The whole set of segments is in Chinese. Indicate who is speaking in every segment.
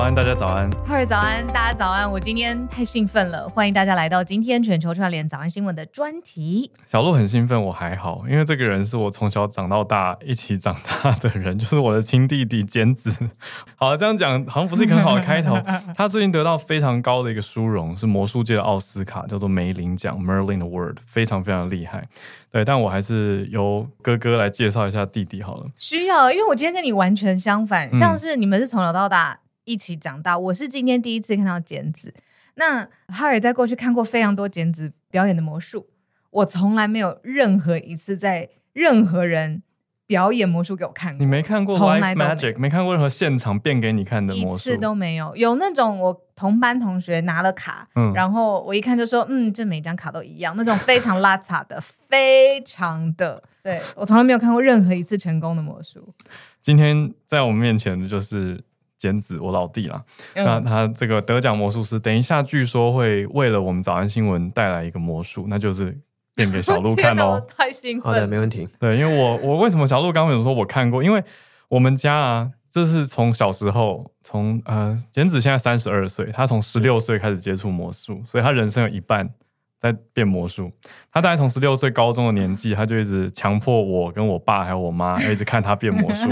Speaker 1: 安，大家早安。
Speaker 2: 哈尔早安，大家早安！我今天太兴奋了，欢迎大家来到今天全球串联早安新闻的专题。
Speaker 1: 小鹿很兴奋，我还好，因为这个人是我从小长到大一起长大的人， 就是我的亲弟弟尖子。 好，这样讲好像不是一个很好的开 头。 他最近得到非常高的一个殊荣，是魔术界的奥斯卡，叫做梅林奖 （Merlin Award），非常非常厉害。对，但我还是由哥哥来介绍一下弟弟好了。
Speaker 2: 需要，因为我今天跟你完全相反，
Speaker 1: 嗯
Speaker 2: 像是你们是从小到大一起长大，我是今天第一次看到剪子。那哈尔在过去看过非常多剪子表演的魔术，我从来没有任何一次在任何人表演魔术给我看过。
Speaker 1: 你没看过
Speaker 2: 从
Speaker 1: Live
Speaker 2: 来都没
Speaker 1: Magic，没看过任何现场变给你看的
Speaker 2: 一
Speaker 1: 魔术
Speaker 2: 次，都没有，有那种我同班同学拿了卡，
Speaker 1: 嗯
Speaker 2: 然后我一看就说，嗯，这每张卡都一样，那种非常邋遢的，非常的，对我从来没有看过任何一次成功的魔术。
Speaker 1: 今天在我们面前的就是简子，我老弟啦。那
Speaker 2: 嗯，
Speaker 1: 他这个得奖魔术师，等一下据说会为了我们早安新闻带来一个魔术，那就是变给小鹿看
Speaker 2: 天哪我
Speaker 1: 哦。
Speaker 2: 太兴
Speaker 3: 好的，
Speaker 2: 奋
Speaker 3: 没
Speaker 2: 了。
Speaker 3: 问题。
Speaker 1: 对，因为我我为什么小鹿刚刚有说我看过？因为我们家啊，就是从小时候，从呃，简子现在三十二岁，他从十六岁开始接触魔术，所以他人生有一半在变魔术。他大概从十六岁高中的年纪，他就一直强迫我跟我爸还有我妈要一直看他变魔术，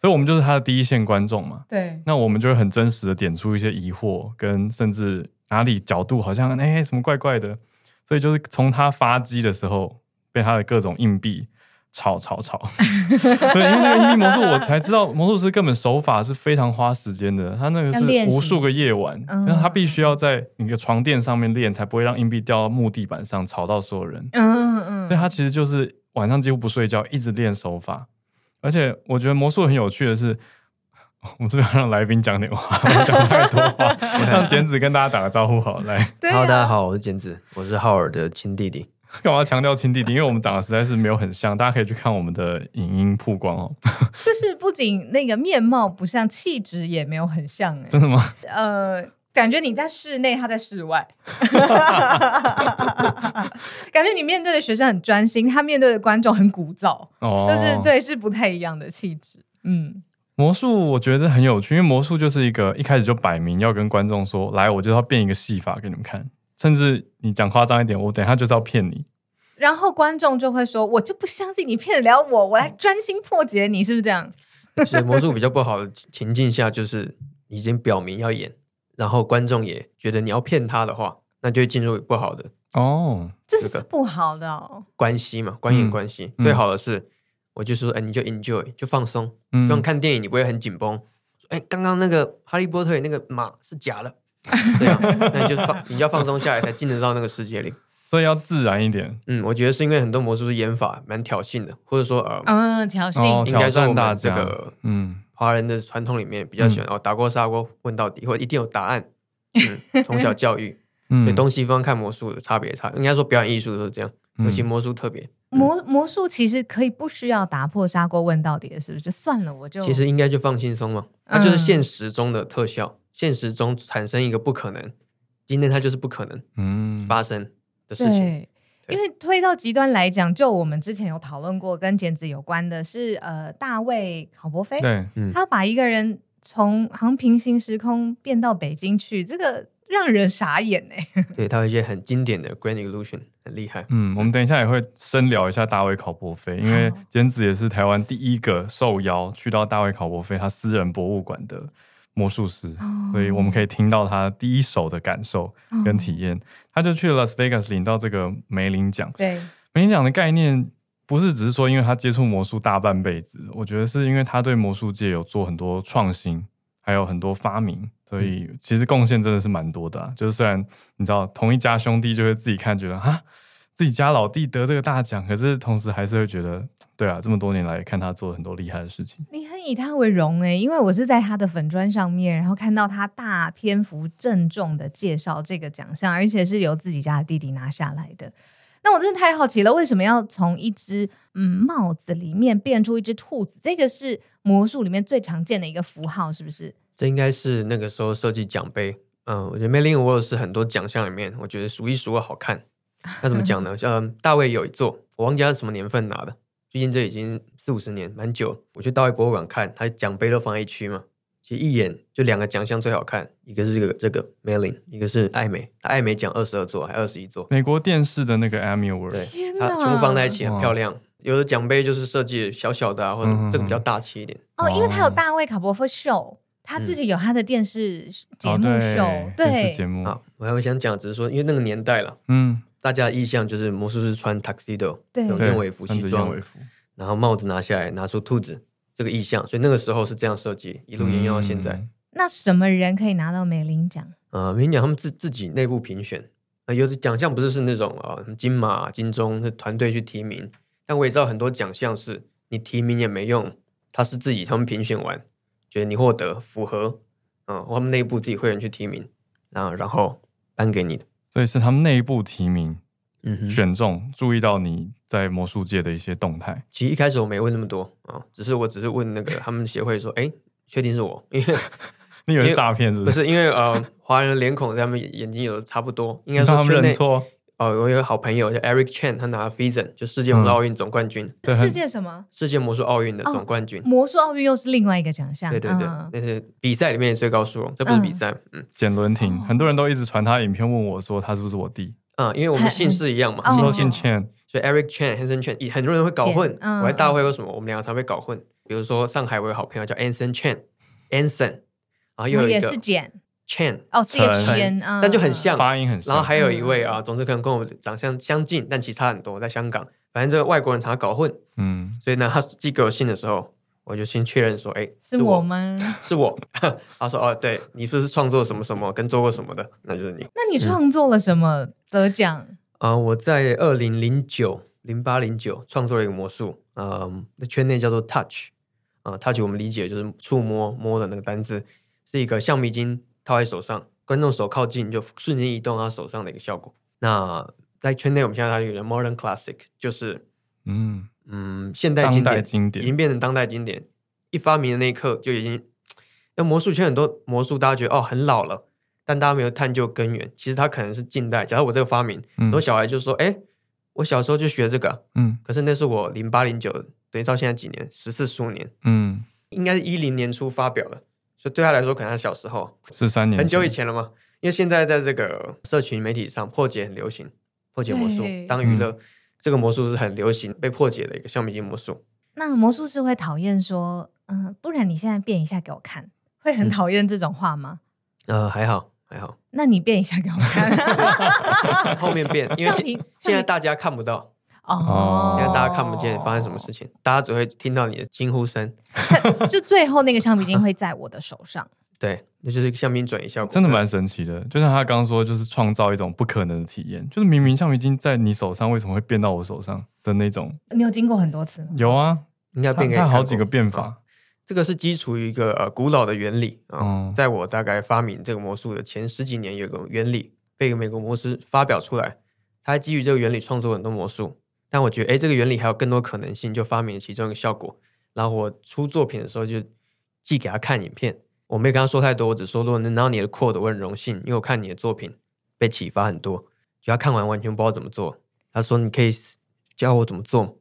Speaker 1: 所以我们就是他的第一线观众嘛。
Speaker 2: 对，
Speaker 1: 那我们就会很真实的点出一些疑惑，跟甚至哪里角度好像哎、什么怪怪的，所以就是从他发机的时候，被他的各种硬币吵吵吵。 对，因为那个硬币魔术，我才知道魔术师根本手法是非常花时间的，他那个
Speaker 2: 要练
Speaker 1: 是
Speaker 2: 习
Speaker 1: 无数个夜晚，
Speaker 2: 嗯
Speaker 1: 然后他必须要在你的床垫上面练，才不会让硬币掉到木地板上吵到所有人。
Speaker 2: 嗯嗯
Speaker 1: 所以
Speaker 2: 嗯，
Speaker 1: 他其实就是晚上几乎不睡觉，一直练手法。而且我觉得魔术很有趣的是，我们是不是要让来宾讲点话？我讲太多话，让简子跟大家打个招呼好。来，
Speaker 2: 对、
Speaker 3: Hello，大
Speaker 2: 啊
Speaker 3: 家。好，我是简子，我是浩尔的亲 弟弟。
Speaker 1: 干嘛强调亲弟弟？因为我们长得实在是没有很像，大家可以去看我们的影音曝光哦。
Speaker 2: 就是不仅那个面貌不像，气质也没有很像、欸，
Speaker 1: 真的吗？
Speaker 2: 呃，感觉你在室内，他在 室外，感觉你面对的学生很专心，他面对的观众很鼓噪，
Speaker 1: 哦，
Speaker 2: 就是对是不太一样的气质。嗯，
Speaker 1: 魔术，我觉得很有趣，因为魔术就是一个一开始就摆明要跟观众说，来，我就是要变一个戏法给你们看，甚至你讲夸张一点，我等一下就是要骗你。
Speaker 2: 然后观众就会说：“我就不相信你骗得了我，我来
Speaker 1: 嗯
Speaker 2: 专心破解你，是不是这样
Speaker 3: 所以魔术比较不好的情境下，就是你已经表明要演，然后观众也觉得你要骗他的话，那就会进入不好的
Speaker 1: 哦，？”
Speaker 2: 这
Speaker 3: 是
Speaker 2: 是
Speaker 3: 的
Speaker 2: 不好的哦。
Speaker 3: 关系嘛，观演
Speaker 1: 嗯
Speaker 3: 关系。
Speaker 1: 嗯
Speaker 3: 最好的是，我就说，哎，你就 enjoy，就放松，就
Speaker 1: 嗯
Speaker 3: 像看电影，你不会很紧绷。哎，刚刚那个哈利波特里那个马是 假的，对啊，那你就放，你就要放松下来，才进得到那个世界里。
Speaker 1: 所以要自然一点。
Speaker 3: 嗯，我觉得是因为很多魔术师演法蛮挑衅的，或者说呃，
Speaker 2: 嗯，挑
Speaker 1: 哦，
Speaker 2: 衅。
Speaker 3: 应
Speaker 1: 挑
Speaker 3: 该是我
Speaker 1: 战大
Speaker 3: 们这
Speaker 1: 家。
Speaker 3: 个
Speaker 1: 嗯，
Speaker 3: 华人的传统里面比较喜欢、哦，打过砂锅问到底，或者一定有答 案。嗯，从小教育，
Speaker 1: 嗯
Speaker 3: 所以东西方看魔术的差别差，应该说表演艺术都是这样，
Speaker 1: 嗯
Speaker 3: 尤其魔术特别。
Speaker 2: 魔魔术其实可以不需要打破砂锅问到底的，是不是？就算了，我就
Speaker 3: 其实应该就放轻松嘛，
Speaker 1: 嗯
Speaker 3: 它就是现实中的特效，现实中产生一个不可能，今天它就是不可能
Speaker 1: 嗯
Speaker 3: 发生的事情。
Speaker 2: 对。
Speaker 3: 对
Speaker 2: 因为推到极端来讲，就我们之前有讨论过跟剪子有关的是，呃，大卫考伯菲，
Speaker 1: 对，
Speaker 2: 他把一个人从好像平行时空变到北京去，这个让人傻眼哎、
Speaker 3: 对，它有一些很经典的 grand illusion，很厉害。
Speaker 1: 嗯，我们等一下也会深聊一下大卫考伯菲，因为
Speaker 2: 好
Speaker 1: 简子也是台湾第一个受邀去到大卫考伯菲他私人博物馆的魔术师，
Speaker 2: 哦
Speaker 1: 所以我们可以听到他第一手的感受跟
Speaker 2: 哦
Speaker 1: 体验。他就去了 Las Vegas 领到这个梅林奖，
Speaker 2: 对，
Speaker 1: 梅林奖的概念不是只是说因为他接触魔术大半辈子，我觉得是因为他对魔术界有做很多创新，还有很多发明，所
Speaker 3: 嗯
Speaker 1: 以其实贡献真的是蛮多的、啊。就是虽然你知道同一家兄弟就会自己看觉得啊，自己家老弟得这个大奖，可是同时还是会觉得，对啊，这么多年来看他做了很多厉害的事情。
Speaker 2: 你很以他为荣哎、因为我是在他的粉砖上面，然后看到他大篇幅郑重的介绍这个奖项，而且是由自己家的弟弟拿下来的。那我真的太好奇了，为什么要从一只嗯帽子里面变出一只兔子？这个是魔术里面最常见的一个符号，是不是？
Speaker 3: 这应该是那个时候设计奖杯。嗯，我觉得 Mailing Award 是很多奖项里面，我觉得数一数二好看。那怎么讲呢？嗯，大卫有一座，我忘记他是什么年份拿的，最近这已经四五十年，蛮久了。我去大卫博物馆看，他奖杯都放在一区嘛，其实一眼就两个奖项最好看，一个是这个这个 Melin，一个是艾美，她艾美奖二十二座还二十一座，
Speaker 1: 美国电视的那个 Emmy Award，
Speaker 3: 对
Speaker 2: 天，
Speaker 3: 它
Speaker 2: 哪
Speaker 3: 全部放在一起很
Speaker 1: 哇
Speaker 3: 漂亮。有的奖杯就是设计小小的啊，或者什
Speaker 1: 嗯
Speaker 3: 么
Speaker 1: 嗯嗯
Speaker 3: 这个比较大气一点。
Speaker 2: 哦，因为他有
Speaker 1: 哦嗯
Speaker 2: 大卫卡伯夫秀，他自己有他的电视节
Speaker 1: 哦
Speaker 2: 目
Speaker 1: 对
Speaker 2: 秀，
Speaker 1: 电
Speaker 2: 对
Speaker 1: 视节目，
Speaker 3: 好，我还会想讲，只是说因为那个年代了，
Speaker 1: 嗯，
Speaker 3: 大家的意向就是魔术师穿 tuxedo
Speaker 2: 对
Speaker 3: 那种
Speaker 1: 对
Speaker 3: 燕尾服
Speaker 1: 穿
Speaker 3: 西
Speaker 1: 着
Speaker 3: 装
Speaker 1: 燕，尾服，
Speaker 3: 然后帽子拿下来，拿出兔子这个意象，所以那个时候是这样设计，一路沿用到现在。
Speaker 1: 嗯
Speaker 2: 那什么人可以拿到美龄奖？
Speaker 3: 啊，民讲他们自自己内部评选，啊，有的奖项不是是那种啊、什么金马、金钟是团队去提名，但我也知道很多奖项是你提名也没用，他是自己他们评选完，觉得你获得符合，嗯，他们内部自己会员去提名，啊，然后颁给你的，
Speaker 1: 所以是他们内部提名
Speaker 3: 嗯哼
Speaker 1: 选中，注意到你在魔术界的一些动态，
Speaker 3: 其实一开始我没问那么多啊，只是我只是问那个他们协会说，哎，确定是我，因 为
Speaker 1: 你以为
Speaker 3: 因为
Speaker 1: 是诈骗是
Speaker 3: 不
Speaker 1: 不是？
Speaker 3: 是因为呃，华人的脸孔在他们眼睛有的差不多，应该
Speaker 1: 让
Speaker 3: 说
Speaker 1: 他们
Speaker 3: 圈内
Speaker 1: 认错，
Speaker 3: 哦，我有个好朋友叫 Eric Chen，他拿 f i s o n 就世界
Speaker 1: 嗯
Speaker 3: 魔术奥运总冠军，
Speaker 1: 对很
Speaker 2: 世界什么
Speaker 3: 世界魔术奥运的总冠军。
Speaker 2: 魔术奥运又是另外一个奖项，
Speaker 3: 对对对
Speaker 2: 哦嗯，
Speaker 3: 那是比赛里面的最高殊荣，这不是比赛，嗯
Speaker 1: 简伦廷，
Speaker 2: 哦
Speaker 1: 很多人都一直传他的影片问我说他是不是我弟，
Speaker 3: 啊，因为我们姓氏一样嘛，
Speaker 2: 哦
Speaker 1: 你
Speaker 3: 姓
Speaker 1: 说
Speaker 2: 嗯
Speaker 1: 姓
Speaker 3: 姓，
Speaker 1: Chan，
Speaker 3: 所以 Eric Chen、Hanson Chen，也很多人会搞混
Speaker 2: 简。嗯
Speaker 3: 我在大会为什么我们两个常被搞混？比如说上海我有好朋友叫 Anson Chen，Anson，然后又
Speaker 2: 我
Speaker 3: 有一
Speaker 2: 也
Speaker 3: 个
Speaker 2: 是简
Speaker 3: Chen，
Speaker 2: 哦，是一个
Speaker 1: 陈
Speaker 2: 奇人，嗯
Speaker 3: 但就很像
Speaker 1: 发音很像，
Speaker 3: 然后还有一位啊，总之可能跟我们长相相近，但其实差很多，在香港，反正这个外国人常常搞混。
Speaker 1: 嗯，
Speaker 3: 所以呢，他寄给我信的时候，我就先确认说，哎，
Speaker 2: 是我吗？
Speaker 3: 是我。 他说哦，对你是不是创作什么什么，跟做过什么的，那就是你。
Speaker 2: 那你创作了什么得奖？
Speaker 3: 啊、我在二零零九、零八、零九创作了一个魔术，嗯、那圈内叫做 touch，啊、t o u c h 我们理解就是触摸摸的那个单字，是一个橡皮筋套在手上，观众手靠近就瞬间移动他手上的一个效果。那在圈内我们现在还有一个 modern classic，就是
Speaker 1: 嗯，
Speaker 3: 嗯现代
Speaker 1: 当
Speaker 3: 经
Speaker 1: 代
Speaker 3: 典，
Speaker 1: 经
Speaker 3: 已
Speaker 1: 典
Speaker 3: 经，变成当代经典。一发明的那一刻就已经，那魔术圈很多魔术大家觉得哦很老了，但大家没有探究根源。其实它可能是近代。假如我这个发明，很
Speaker 1: 嗯
Speaker 3: 多小孩就说：“哎、我小时候就学这个，
Speaker 1: 嗯
Speaker 3: 可是那是我零八零九，等于到现在几年，十四十五年，
Speaker 1: 嗯，
Speaker 3: 应该是一零年初发表的。所以对他来说，可能他小时候
Speaker 1: 是三年
Speaker 3: 很久以，前了嘛。因为现在在这个社群媒体上，破解很流行，破解魔术
Speaker 2: 对
Speaker 3: 当
Speaker 1: 嗯
Speaker 3: 娱乐，这个魔术是很流行被破解的一个橡皮筋魔术。
Speaker 2: 那魔术师会讨厌说，嗯，不然你现在变一下给我看，会
Speaker 3: 嗯
Speaker 2: 很讨厌这种话吗？
Speaker 3: 呃，还好 还好，
Speaker 2: 那你变一下给我 看，
Speaker 3: 后面变，因为
Speaker 2: 橡
Speaker 3: 现
Speaker 2: 皮
Speaker 3: 现在
Speaker 2: 橡皮
Speaker 3: 大家看不到，
Speaker 2: 哦
Speaker 1: 哦，
Speaker 3: 现在大家看不见发生什么事情，大家只会听到你的惊呼声。
Speaker 2: 情，就最后那个橡皮筋会在我的手上。
Speaker 3: 对，那就是橡皮转移效果，
Speaker 1: 真的蛮神奇的。就像他刚刚说，就是创造一种不可能的体验，就是明明橡皮筋在你手上，为什么会变到我手上的那种？
Speaker 2: 你有经过很多次吗？
Speaker 1: 有啊，
Speaker 3: 应该
Speaker 1: 他
Speaker 3: 变给你
Speaker 1: 他
Speaker 3: 看
Speaker 1: 好
Speaker 3: 过
Speaker 1: 几个变
Speaker 3: 啊
Speaker 1: 法，
Speaker 3: 这个是基础于一个呃古老的原理啊、
Speaker 1: 嗯
Speaker 3: 在我大概发明这个魔术的前十几年，有一个原理被一个美国魔术师发表出来，他基于这个原理创作很多魔术。但我觉得，哎，这个原理还有更多可能性，就发明了其中一个效果。然后我出作品的时候就寄给他看影片，我没有跟他说太多，我只说如果能拿到你的 quote，我很荣幸，因为我看你的作品被启发很多。就他看完完全不知道怎么做，他说你可以教我怎么做吗，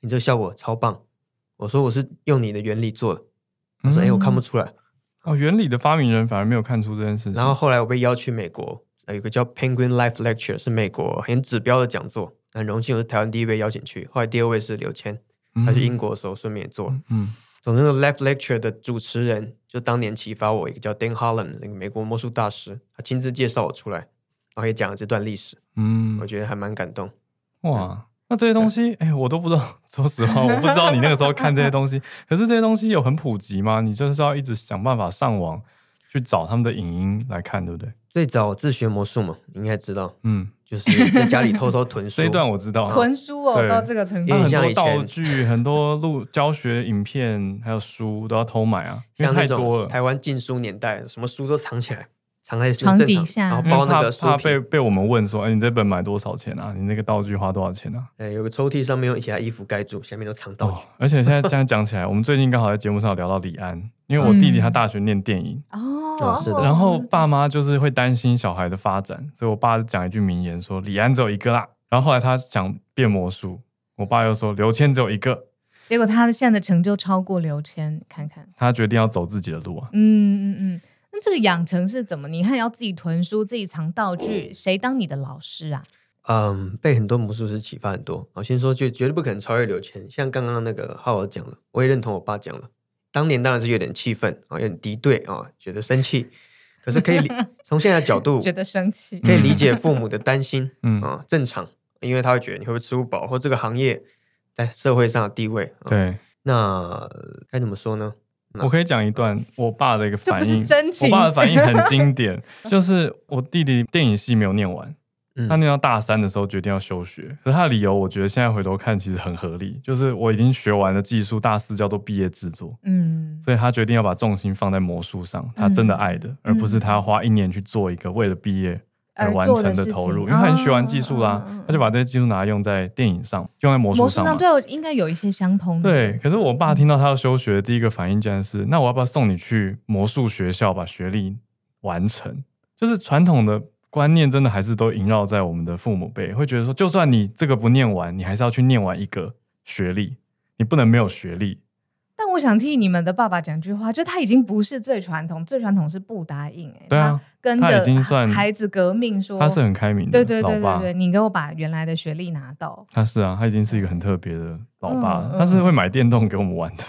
Speaker 3: 你这个效果超棒。我说我是用你的原理做的，他说：“哎、我看
Speaker 1: 嗯
Speaker 3: 不出来。
Speaker 1: 哦，原理的发明人反而没有看出这件事情。
Speaker 3: 然后后来我被邀去美国，呃有个叫 Penguin Life Lecture，是美国很指标的讲座。很荣幸我是台湾第一位邀请去，后来第二位是刘谦，他去英国的时候顺便也做了。
Speaker 1: 嗯，
Speaker 3: 总之，那个 Life Lecture 的主持人就当年启发我一个叫 Dan Holland 那个美国魔术大师，他亲自介绍我出来，然后也讲了这段历史，
Speaker 1: 嗯
Speaker 3: 我
Speaker 1: 嗯，
Speaker 3: 觉得还蛮感动。嗯
Speaker 1: 哇。那这些东西，哎、我都不知道。 说实话，我不知道你那个时候看这些 东西。可是这些东西有很普及吗？你就是要一直想办法上网去找他们的影音来看，对不对？
Speaker 3: 最早我自学魔术嘛，你应该知道，
Speaker 1: 嗯，
Speaker 3: 就是在家里偷 偷囤书。
Speaker 1: 这一段我知道。
Speaker 3: 啊
Speaker 2: 囤书哦，
Speaker 1: 对
Speaker 2: 到这个程度
Speaker 1: 那
Speaker 3: 因为
Speaker 1: 很
Speaker 3: 像
Speaker 1: 多
Speaker 3: 以
Speaker 1: 道
Speaker 3: 前
Speaker 1: 具、很多录教学影片还有书都要偷买啊，因为
Speaker 3: 像
Speaker 1: 太
Speaker 3: 那
Speaker 1: 多
Speaker 3: 种
Speaker 1: 了，
Speaker 3: 台湾禁书年代，什么书都藏起来，藏在
Speaker 2: 床
Speaker 3: 正
Speaker 2: 底
Speaker 3: 常
Speaker 2: 下
Speaker 3: 然后
Speaker 1: 因为
Speaker 3: 包那个
Speaker 1: 嗯怕
Speaker 3: 书
Speaker 1: 怕被
Speaker 3: 皮，
Speaker 1: 被我们问说，哎，你这本买多少钱啊？你那个道具花多少钱啊？
Speaker 3: 呃，有个抽屉上面用其他衣服盖住，下面都藏道
Speaker 1: 哦
Speaker 3: 具。，
Speaker 1: 而且现在这样讲起来，我们最近刚好在节目上有聊到李安，因为我弟弟他大学念电影，
Speaker 2: 哦
Speaker 3: 嗯是的
Speaker 1: 然后爸妈就是会担心小孩的发展，所以我爸讲一句名言说：“李安只有一个啦。”然后后来他想变魔术，我爸又说：“刘谦只有一个。”
Speaker 2: 结果他现在的成就超过刘谦，看看，
Speaker 1: 他决定要走自己的路啊。
Speaker 2: 嗯嗯嗯。那这个养成是怎么？你看要自己囤书，自己藏道具，谁当你的老师啊？
Speaker 3: 嗯，被很多魔术师启发很多。我先说，就绝对不可能超越刘谦。像刚刚那个浩尔讲了，我也认同我爸讲了。当年当然是有点气愤啊，有点敌对啊，觉得生气。可是可 以理从现在的角度，
Speaker 2: 觉得生气，
Speaker 3: 可以理解父母的 担心
Speaker 1: 嗯
Speaker 3: 啊、正常，因为他会觉得你会不会吃不饱，或这个行业在社会上的地位。啊
Speaker 1: 对，
Speaker 3: 那呃该怎么说呢？
Speaker 1: 我可以讲一段我爸的一个
Speaker 2: 这
Speaker 1: 反
Speaker 2: 不是
Speaker 1: 应，
Speaker 2: 真情
Speaker 1: 我爸的反应很经 典，就是我弟弟电影系没有念完，
Speaker 3: 嗯
Speaker 1: 他念到大三的时候决定要休学，可是他的理由我觉得现在回头看其实很合理，就是我已经学完了技术，大四叫做毕业制作，
Speaker 2: 嗯
Speaker 1: 所以他决定要把重心放在魔术上，他真的爱的，而不是他要花一年去做一个为了毕业而完成的投入，因
Speaker 2: 嗯而做的事情
Speaker 1: 为他已经学完技术啦、
Speaker 2: 嗯嗯嗯嗯
Speaker 1: 他就把这些技术拿来用在电影上，用在魔术
Speaker 2: 魔术
Speaker 1: 上嘛。
Speaker 2: 上对嗯我应该有一些相同的
Speaker 1: 对，
Speaker 2: 元素。
Speaker 1: 可是我爸听到他要休学，第一个反应竟然是：那我要不要送你去魔术学校把学历完成？就是传统的观念，真的还是都萦绕在我们的父母辈，会觉得说，就算你这个不念完，你还是要去念完一个学历，你不能没有学历。
Speaker 2: 但我想替你们的爸爸讲句话，就他已经不是最传统，最传统是不答应、欸。
Speaker 1: 对啊，
Speaker 2: 他跟
Speaker 1: 他已经
Speaker 2: 着
Speaker 1: 算
Speaker 2: 孩子革命说，
Speaker 1: 他是很开明的，
Speaker 2: 对对对
Speaker 1: 老
Speaker 2: 对
Speaker 1: 爸
Speaker 2: 对，你给我把原来的学历拿到。
Speaker 1: 他是啊，他已经是一个很特别的老爸，
Speaker 2: 嗯嗯
Speaker 1: 他是会买电动给我们玩 的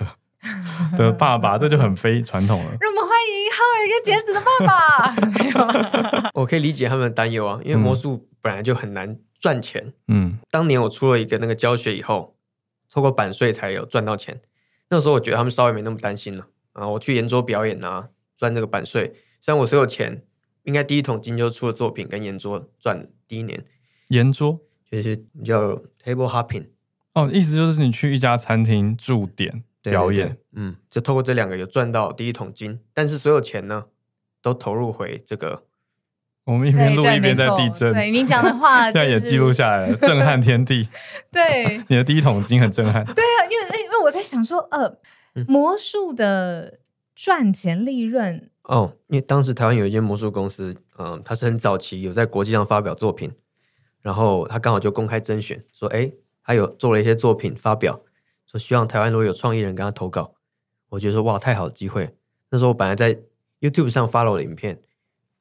Speaker 1: 的爸爸，这就很非传统了。
Speaker 2: 让我们欢迎浩尔跟杰子的爸爸。没有啊
Speaker 3: 我可以理解他们的担忧啊，因
Speaker 2: 嗯
Speaker 3: 为魔术本来就很难赚钱。
Speaker 1: 嗯
Speaker 3: 当年我出了一个那个教学以后，透过版税才有赚到钱。那时候我觉得他们稍微没那么担心了啊，我去研桌表演啊，赚这个版税。虽然我所有钱应该第一桶金就出了作品跟研桌赚第一年，
Speaker 1: 圆桌
Speaker 3: 就是叫 table hopping
Speaker 1: 哦，意思就是你去一家餐厅驻点
Speaker 3: 对
Speaker 1: 表
Speaker 3: 对
Speaker 1: 演。
Speaker 3: 对嗯，就透过这两个有赚到第一桶金，但是所有钱呢都投入回这个
Speaker 1: 我们一边
Speaker 2: 对
Speaker 1: 录
Speaker 2: 对，
Speaker 1: 一
Speaker 2: 没
Speaker 1: 边在
Speaker 2: 错
Speaker 1: 地震，
Speaker 2: 对你 讲的话、
Speaker 1: 现
Speaker 2: 就是，
Speaker 1: 在也记录下来了，震撼天地。
Speaker 2: 对，
Speaker 1: 你的第一桶金很震撼，
Speaker 2: 对啊，因为因为我在想说，呃，
Speaker 3: 嗯
Speaker 2: 魔术的赚钱利润，
Speaker 3: 哦，因为当时台湾有一间魔术公司，嗯，它是很早期有在国际上发表作品，然后它刚好就公开甄选，说，哎，他有做了一些作品发表，说希望台湾如果有创意人跟他投稿，我觉得说哇，太好的机会。那时候我本来在 YouTube 上发了我的影片，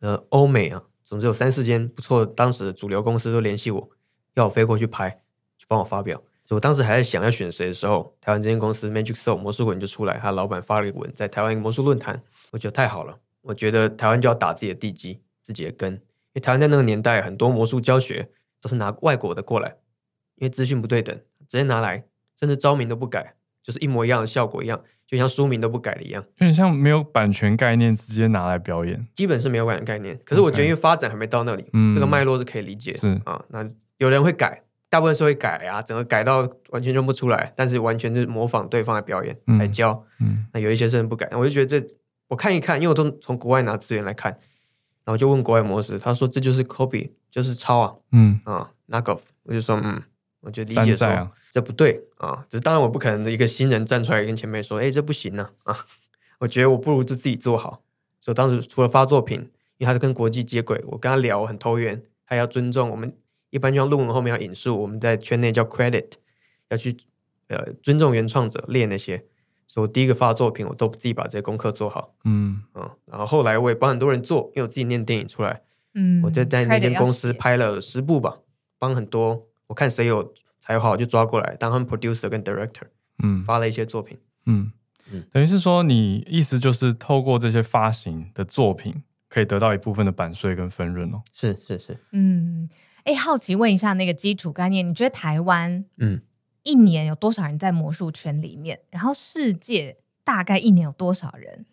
Speaker 3: 呃，欧美啊，总之有三四间不错，当时的主流公司都联系我，要我飞过去拍，去帮我发表。所以我当时还在想要选谁的时候，台湾这间公司 Magic Soul 魔术滚就出来，他老板发了一个文，在台湾一个魔术论坛，我觉得太好了。我觉得台湾就要打自己的地基、自己的根，因为台湾在那个年代很多魔术教学都是拿外国的过来，因为资讯不对等，直接拿来，甚至招名都不改，就是一模一样的效果一样，就像书名都不改了一样，
Speaker 1: 有点像没有版权概念，直接拿来表演。
Speaker 3: 基本是没有改的概念。可是我觉得因为发展还没到那里
Speaker 1: 嗯
Speaker 3: 这个脉络是可以理解。
Speaker 1: 是
Speaker 3: 啊，那有人会改，大部分是会改啊，整个改到完全认不出来，但是完全是模仿对方的表演
Speaker 1: 嗯
Speaker 3: 来教。
Speaker 1: 嗯，
Speaker 3: 那有一些甚至不敢，我就觉得这我看一看，因为我都从国外拿资源来看，然后就问国外模式，他说这就是 copy，就是抄啊
Speaker 1: 嗯，
Speaker 3: 啊 knock off，我就说嗯，我就理
Speaker 1: 山
Speaker 3: 解说、
Speaker 1: 寨啊，
Speaker 3: 这不对啊，只是当然我不可能一个新人站出来跟前辈说，哎，这不行呢啊 我觉得我不如就自己做好，所以我当时除了发作品，因为他是跟国际接轨，我跟他聊我很投缘，他要尊重我们，一般就像论文后面要引述，我们在圈内叫 credit，要去呃尊重原创者列那些，所以我第一个发作品我都自己把这些功课做好，
Speaker 1: 嗯，
Speaker 3: 嗯，然后后来我也帮很多人做，因为我自己念电影出来，
Speaker 2: 嗯，
Speaker 3: 我就在那
Speaker 2: credit
Speaker 3: 间
Speaker 2: 要
Speaker 3: 公司
Speaker 2: 写，
Speaker 3: 拍了十部吧，帮很多我看谁有才华，我就抓过来当他们 producer 跟 director，
Speaker 1: 嗯，
Speaker 3: 发了一些作品。
Speaker 1: 嗯
Speaker 3: 嗯，
Speaker 1: 等于是说，你意思就是透过这些发行的作品，可以得到一部分的版税跟分润哦。
Speaker 3: 是是是，
Speaker 2: 嗯，哎，好奇问一下那个基础概念，你觉得台湾
Speaker 3: 嗯，
Speaker 2: 一年有多少人在魔术圈里面？然后世界大概一年有多少人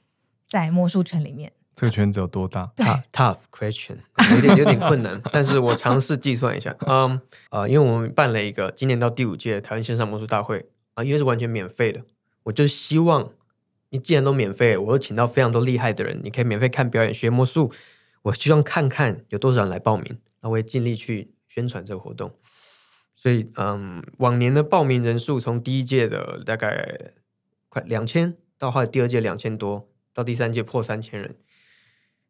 Speaker 2: 在魔术圈里面？
Speaker 1: 这个圈子有多大？
Speaker 3: tough tough question，有点有点困难，但是我尝试计算一下。嗯，呃，因为我们办了一个今年到第五届的台湾线上魔术大会啊、因为是完全免费的，我就希望你既然都免费，我又请到非常多厉害的人，你可以免费看表演学魔术，我希望看看有多少人来报名，那我也尽力去宣传这个活动。所以，嗯，往年的报名人数从第一届的大概快两千，到后来第二届两千多，到第三届破三千人。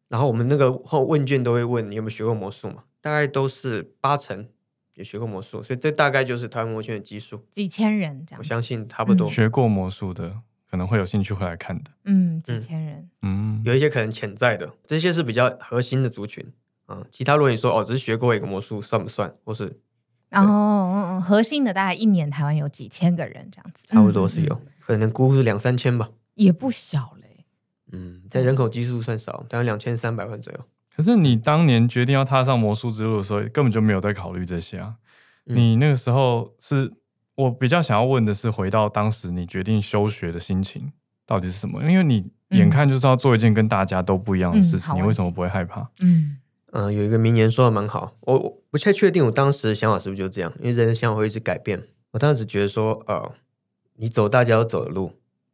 Speaker 3: 然后我们那个后问卷都会问你有没有学过魔术嘛，大概都是八成也学过魔术，所以这大概就是台湾魔术圈的基数。
Speaker 2: 几千人这样
Speaker 3: 我，相信差不多，
Speaker 1: 学过魔术的可能会有兴趣会来看的。
Speaker 2: 嗯，几
Speaker 3: 嗯
Speaker 2: 千人，
Speaker 1: 嗯，
Speaker 3: 有一些可能潜在的，这些是比较核心的族群啊、其他如果你说哦，只是学过一个魔术算不算，或是
Speaker 2: 然后嗯嗯核心的大概一年台湾有几千个人这样子，
Speaker 3: 差不多是
Speaker 2: 嗯
Speaker 3: 有，
Speaker 2: 嗯嗯
Speaker 3: 可能估是两三千吧。
Speaker 2: 也不小嘞。
Speaker 3: 嗯，在人口基数算少，大概两千三百万左右。
Speaker 1: 可是你当年决定要踏上魔术之路的时候，根本就没有在考虑这些啊。
Speaker 3: 嗯
Speaker 1: 你那个时候是我比较想要问的是，回到当时你决定休学的心情到底是什么？因为你眼看就是要做一件跟大家都不一样的事
Speaker 2: 嗯
Speaker 1: 情，
Speaker 2: 好
Speaker 1: 你为什么不会害 怕？
Speaker 2: 嗯，
Speaker 3: 嗯、有一个名言说的蛮好，我我不太确定我当时的想法是不是就这样，因为人的想法会一直改变。我当时觉得说，呃，你走大家要走的路，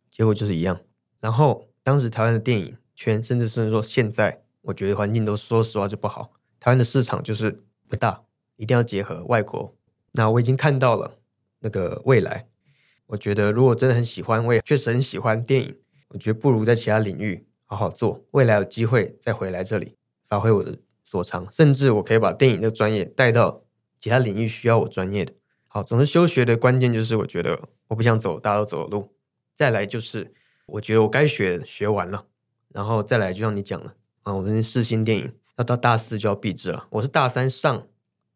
Speaker 3: 结果就是一样。然后当时台湾的电影圈，甚至是说现在，我觉得环境都说实话就不好，台湾的市场就是不大，一定要结合外国。那我已经看到了那个未来，我觉得如果真的很喜欢，我也确实很喜欢电影，我觉得不如在其他领域好好做，未来有机会再回来这里。发挥我的所长，甚至我可以把电影这个专业带到其他领域需要我专业的。好，总之休学的关键就是我觉得我不想走大家都走的路，再来就是我觉得我该学的学完了，然后再来就像你讲了啊，我们试新电影要到大四就要毕制了，我是大三上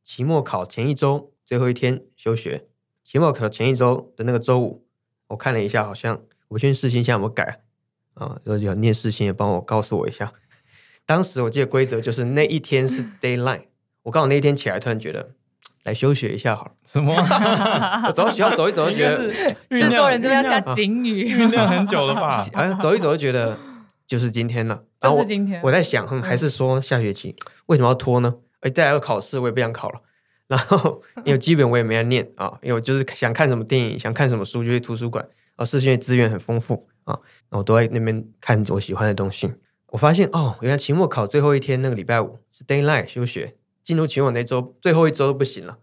Speaker 3: 期末考前一周最后一天休学，期末考前一周的那个周五，我看了一下，好像我去试新一下有没有改啊，有有念试新也帮我告诉我一下。当时我记得规则就是那一天是 d a y l i n e 我刚好那一天起来，突然觉得来休学一下好了。
Speaker 1: 什么
Speaker 3: 我走到学校走一走，就 觉得
Speaker 2: 制作人这边要加
Speaker 1: 酝
Speaker 2: 警语，
Speaker 1: 酿酝酿很久了吧？
Speaker 3: 哎，走一走就觉得就是今天了。
Speaker 2: 就
Speaker 3: 然后
Speaker 2: 是
Speaker 3: 我
Speaker 2: 今天啊
Speaker 3: 我在想，嗯，还是说下学期为什么要拖呢？哎，再来个考试，我也不想考了。 然后因为基本我也没来念啊，因为我就是想看什么电影，想看什么书就去图书馆啊，视讯资源很丰富啊，然后我都在那边看我喜欢的东西。我发现哦，原来期末考最后一天那个礼拜五是 d a y l i g h t 休学，进入期末那周最后一周都不行了，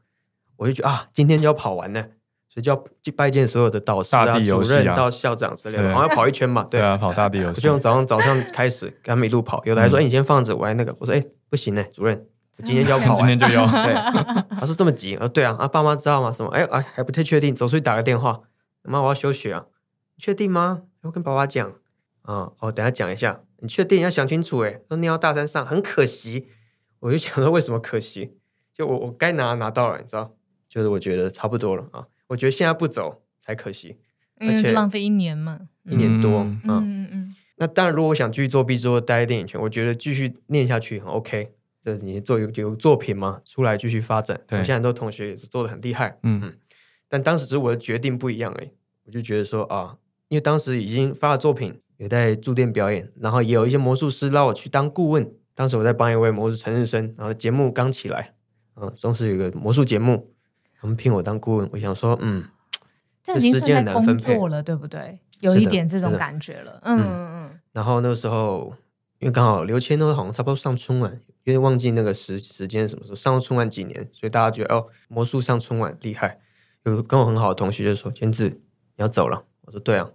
Speaker 3: 我就觉得啊，今天就要跑完了，所以就要去拜见所有的导师
Speaker 1: 大地游
Speaker 3: 主
Speaker 1: 戏
Speaker 3: 任
Speaker 1: 啊
Speaker 3: 到校长之类的，
Speaker 1: 对
Speaker 3: 好像要跑一圈嘛，
Speaker 1: 对啊，跑大地游
Speaker 3: 我
Speaker 1: 戏嗯
Speaker 3: 就，从早上早上开始跟他们一路跑，有的还说：“哎、你先放着，我来那个。”我说：“哎、不行呢、主任，我今天就要 跑
Speaker 1: 今
Speaker 3: 完。。
Speaker 1: 天就要
Speaker 3: 对，他说这么急，呃，对啊，啊，爸妈知道吗？什么？哎、哎，还不太确定，走出去打个电话，妈，我要休学啊，你确定吗？要跟爸爸讲啊、哦，等一下讲一下，你确定要想清楚、欸，哎，说念到大三上，很可惜，我就想说为什么可惜？就我我该拿拿到了，你知道，就是我觉得差不多了啊，我觉得现在不走才可惜，
Speaker 2: 因为
Speaker 3: 而且
Speaker 2: 嗯浪费一年嘛。
Speaker 3: 一年多，啊
Speaker 1: 嗯
Speaker 2: 嗯嗯嗯
Speaker 3: 那当然，如果我想继续做毕之后待在电影圈，我觉得继续念下去很 OK。这你做有有作品嘛，出来继续发展。
Speaker 1: 对
Speaker 3: 我现在很多同学也做的很厉害，
Speaker 1: 嗯，
Speaker 3: 但当时只是我的决定不一样而已。我就觉得说啊，因为当时已经发了作品，也在驻店表演，然后也有一些魔术师让我去当顾问。当时我在帮一位魔术陈日生，然后节目刚起来，啊，中视有一个魔术节目，他们聘我当顾问，我想说，嗯，
Speaker 2: 这已经
Speaker 3: 时间
Speaker 2: 算
Speaker 3: 很
Speaker 2: 在
Speaker 3: 难分
Speaker 2: 工
Speaker 3: 配
Speaker 2: 作了，对不对？有
Speaker 3: 是
Speaker 2: 一
Speaker 3: 的
Speaker 2: 点这种
Speaker 3: 是的
Speaker 2: 感觉了。嗯嗯
Speaker 3: 然后那时候因为刚好刘谦都好像差不多上春晚，有点忘记那个时时间什么时候上春晚几年，所以大家觉得哦，魔术上春晚厉害。有跟我很好的同学就说：“监制，你要走了。”我说：“对啊。”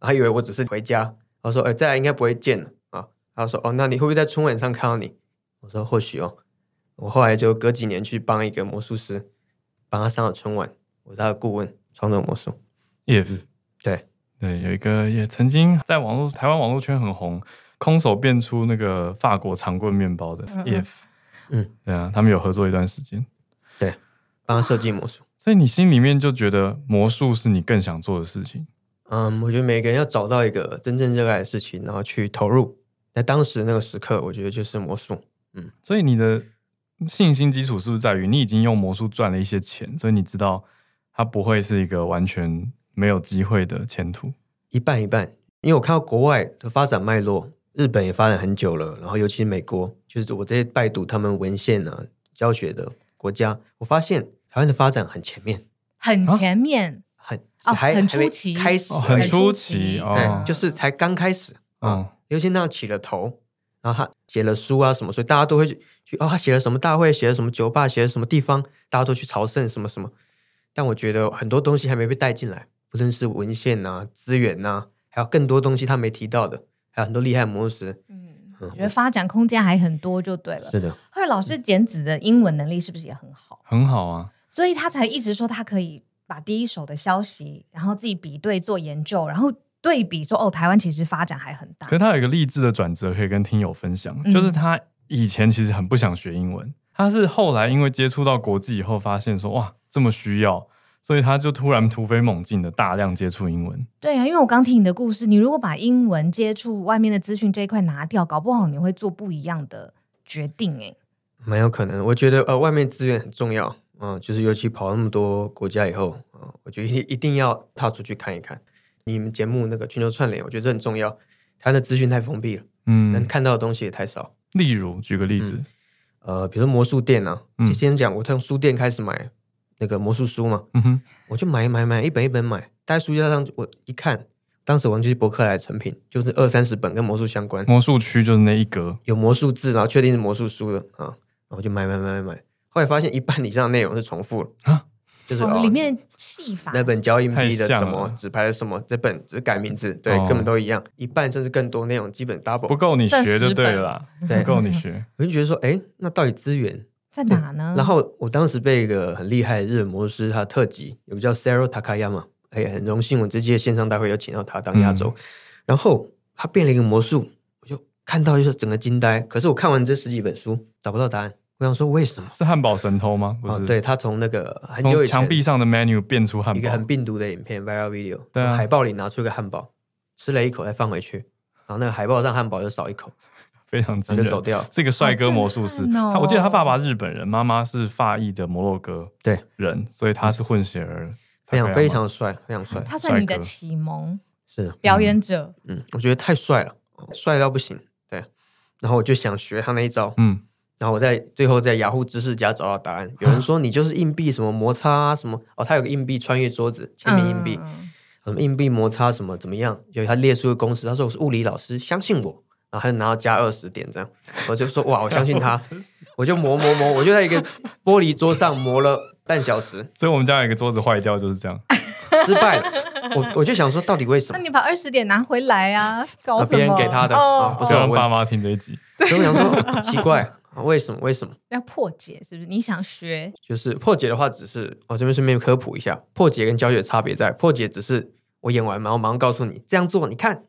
Speaker 3: 他以为我只是回家，他说：“哎、再来应该不会见了啊。”他说：“哦，那你会不会在春晚上看到你？”我说：“或许哦。”我后来就隔几年去帮一个魔术师，帮他上了春晚，我是他的顾问，创作魔术。
Speaker 1: ，if
Speaker 3: 对，
Speaker 1: 对，有一个也曾经在网络台湾网络圈很红，空手变出那个法国长棍面包的
Speaker 2: 嗯嗯
Speaker 1: if，
Speaker 3: 嗯，
Speaker 1: 对啊，他们有合作一段时间，
Speaker 3: 帮他设计魔术。
Speaker 1: 所以你心里面就觉得魔术是你更想做的事情，
Speaker 3: 嗯，我觉得每个人要找到一个真正热爱的事情，然后去投入。在当时那个时刻，我觉得就是魔术。
Speaker 1: 所以你的信心基础是不是在于你已经用魔术赚了一些钱，所以你知道它不会是一个完全没有机会的前途？
Speaker 3: 一半一半，因为我看到国外的发展脉络，日本也发展很久了，然后尤其是美国，就是我这些拜读他们文献啊、教学的国家，我发现台湾的发展很前面，
Speaker 2: 很前面
Speaker 3: 很、
Speaker 2: 哦
Speaker 3: 还
Speaker 2: 很
Speaker 3: 还没
Speaker 2: 出奇
Speaker 3: 开始
Speaker 1: 哦
Speaker 3: 而已、
Speaker 1: 很
Speaker 2: 很
Speaker 1: 出
Speaker 2: 出
Speaker 1: 奇
Speaker 2: 奇
Speaker 1: 哦
Speaker 3: 对，，哎
Speaker 2: 嗯
Speaker 3: 就是才刚开始啊。
Speaker 1: 嗯，
Speaker 3: 尤其那样起了头，然后他写了书啊什么，所以大家都会去去哦，他写了什么大会，写了什么酒吧，写了什么地方，大家都去朝圣什么什么。但我觉得很多东西还没被带进来，不论是文献呐、资源呐、还有更多东西他没提到的，还有很多厉害的魔术师。
Speaker 2: 嗯，
Speaker 3: 嗯
Speaker 2: 我觉得发展空间还很多，就对了。
Speaker 3: 是的，
Speaker 2: 后来老师简子的英文能力是不是也很好？
Speaker 1: 很好啊，
Speaker 2: 所以他才一直说他可以把第一手的消息，然后自己比对做研究，然后对比说哦，台湾其实发展还很大
Speaker 1: 可。是他有一个励志的转折可以跟听友分享，
Speaker 2: 嗯
Speaker 1: 就是他以前其实很不想学英文，他是后来因为接触到国际以后，发现说哇这么需要，所以他就突然突飞猛进的大量接触英文。
Speaker 2: 对啊，因为我刚听你的故事，你如果把英文接触外面的资讯这一块拿掉，搞不好你会做不一样的决定哎、
Speaker 3: 蛮有可能。我觉得呃，外面资源很重要，嗯、就是尤其跑那么多国家以后，嗯、我觉得一一定要踏出去看一看。你们节目那个全球串联，我觉得这很重要。台湾的资讯太封闭了，能
Speaker 1: 嗯，
Speaker 3: 看到的东西也太少。
Speaker 1: 例如举个例子，
Speaker 3: 呃，比如说魔术店啊，
Speaker 1: 嗯
Speaker 3: 先讲我从书店开始买那个魔术书嘛，
Speaker 1: 嗯哼，
Speaker 3: 我就买买买，一本一本买，待在书架上我一看，当时我忘记是博客来的成品，就是二三十本跟魔术相关，
Speaker 1: 魔术区就是那一格，
Speaker 3: 有魔术字，然后确定是魔术书了啊，然后我就买买买买买，后来发现一半以上的内容是重复了
Speaker 1: 啊
Speaker 3: 就是、
Speaker 2: 哦，
Speaker 3: 哦
Speaker 2: 里面戏法
Speaker 3: 那本交硬
Speaker 1: 太
Speaker 3: 币的
Speaker 1: 像
Speaker 3: 什么
Speaker 1: 了
Speaker 3: 纸牌的什么，这本只是改名字，对，
Speaker 1: 哦
Speaker 3: 根本都一样，一半甚至更多内容基本 double，
Speaker 1: 不够你
Speaker 2: 剩
Speaker 1: 学就
Speaker 2: 十
Speaker 1: 对
Speaker 2: 本
Speaker 1: 了啦，
Speaker 3: 对
Speaker 1: 不够你学。
Speaker 3: 我就觉得说，哎，那到底资源？
Speaker 2: 在哪呢？
Speaker 3: 然后我当时被一个很厉害的日本魔术师他的特辑，有个叫 Sarah Takayama，哎，很荣幸我这届线上大会有请到他当亚洲，
Speaker 1: 嗯
Speaker 3: 然后他变了一个魔术，我就看到就是整个惊呆。可是我看完这十几本书找不到答案，我想说为什么？
Speaker 1: 是汉堡神偷吗？不
Speaker 3: 哦
Speaker 1: 是，，
Speaker 3: 对，他从那个很久
Speaker 1: 从
Speaker 3: 以前
Speaker 1: 墙壁上的 menu 变出汉
Speaker 3: 一个
Speaker 1: 堡，
Speaker 3: 很病毒的影片 viral video，
Speaker 1: 对啊
Speaker 3: 从海报里拿出一个汉堡，吃了一口再放回去，然后那个海报上汉堡就少一口，
Speaker 1: 非常惊
Speaker 3: 然后
Speaker 1: 人
Speaker 3: 就。走掉了。
Speaker 1: 是一个帅哥魔术
Speaker 2: 好
Speaker 1: 师，
Speaker 2: 震撼哦
Speaker 1: 他我记得他爸爸日本人，妈妈是法裔的摩洛哥
Speaker 3: 对嗯
Speaker 1: 人，所以他是混血儿，
Speaker 3: 非常
Speaker 1: 他可以
Speaker 3: 非
Speaker 1: 吗
Speaker 3: 常帅，非常帅，
Speaker 2: 他算你的
Speaker 1: 帅哥
Speaker 2: 启蒙
Speaker 3: 是的，
Speaker 2: 表演者，
Speaker 3: 嗯，我觉得太帅了，哦帅到不行。对，然后我就想学他那一招，
Speaker 1: 嗯，
Speaker 3: 然后我在最后在雅虎知识家找到答案。有人说你就是硬币什么摩擦啊什么，哦，他有个硬币穿越桌子，签名硬币，
Speaker 2: 嗯嗯嗯
Speaker 3: 什么硬币摩擦什么怎么样？有他列出的公式，他说我是物理老师，相信我。然后他就拿到加二十点这样，我就说哇，我相信他，我就磨磨磨，我就在一个玻璃桌上磨了半小时，
Speaker 1: 所以我们家有一个桌子坏掉就是这样，
Speaker 2: 哎
Speaker 3: 失败了。我我就想说，到底为什
Speaker 2: 那
Speaker 3: 么？
Speaker 2: 你把二十点拿回来啊，搞什么？
Speaker 3: 别人给他的
Speaker 2: 哦
Speaker 3: 啊不
Speaker 1: 不
Speaker 3: 是
Speaker 1: 要
Speaker 3: 我
Speaker 1: 让
Speaker 3: 问
Speaker 1: 爸妈听这一集。
Speaker 3: 所以我想说，奇怪，啊为什么？为什么？
Speaker 2: 要破解是不是？你想学
Speaker 3: 就是破解的话，只是我、这边顺便科普一下，破解跟教学的差别在，破解只是我演完嘛，我马上告诉你这样做，你看，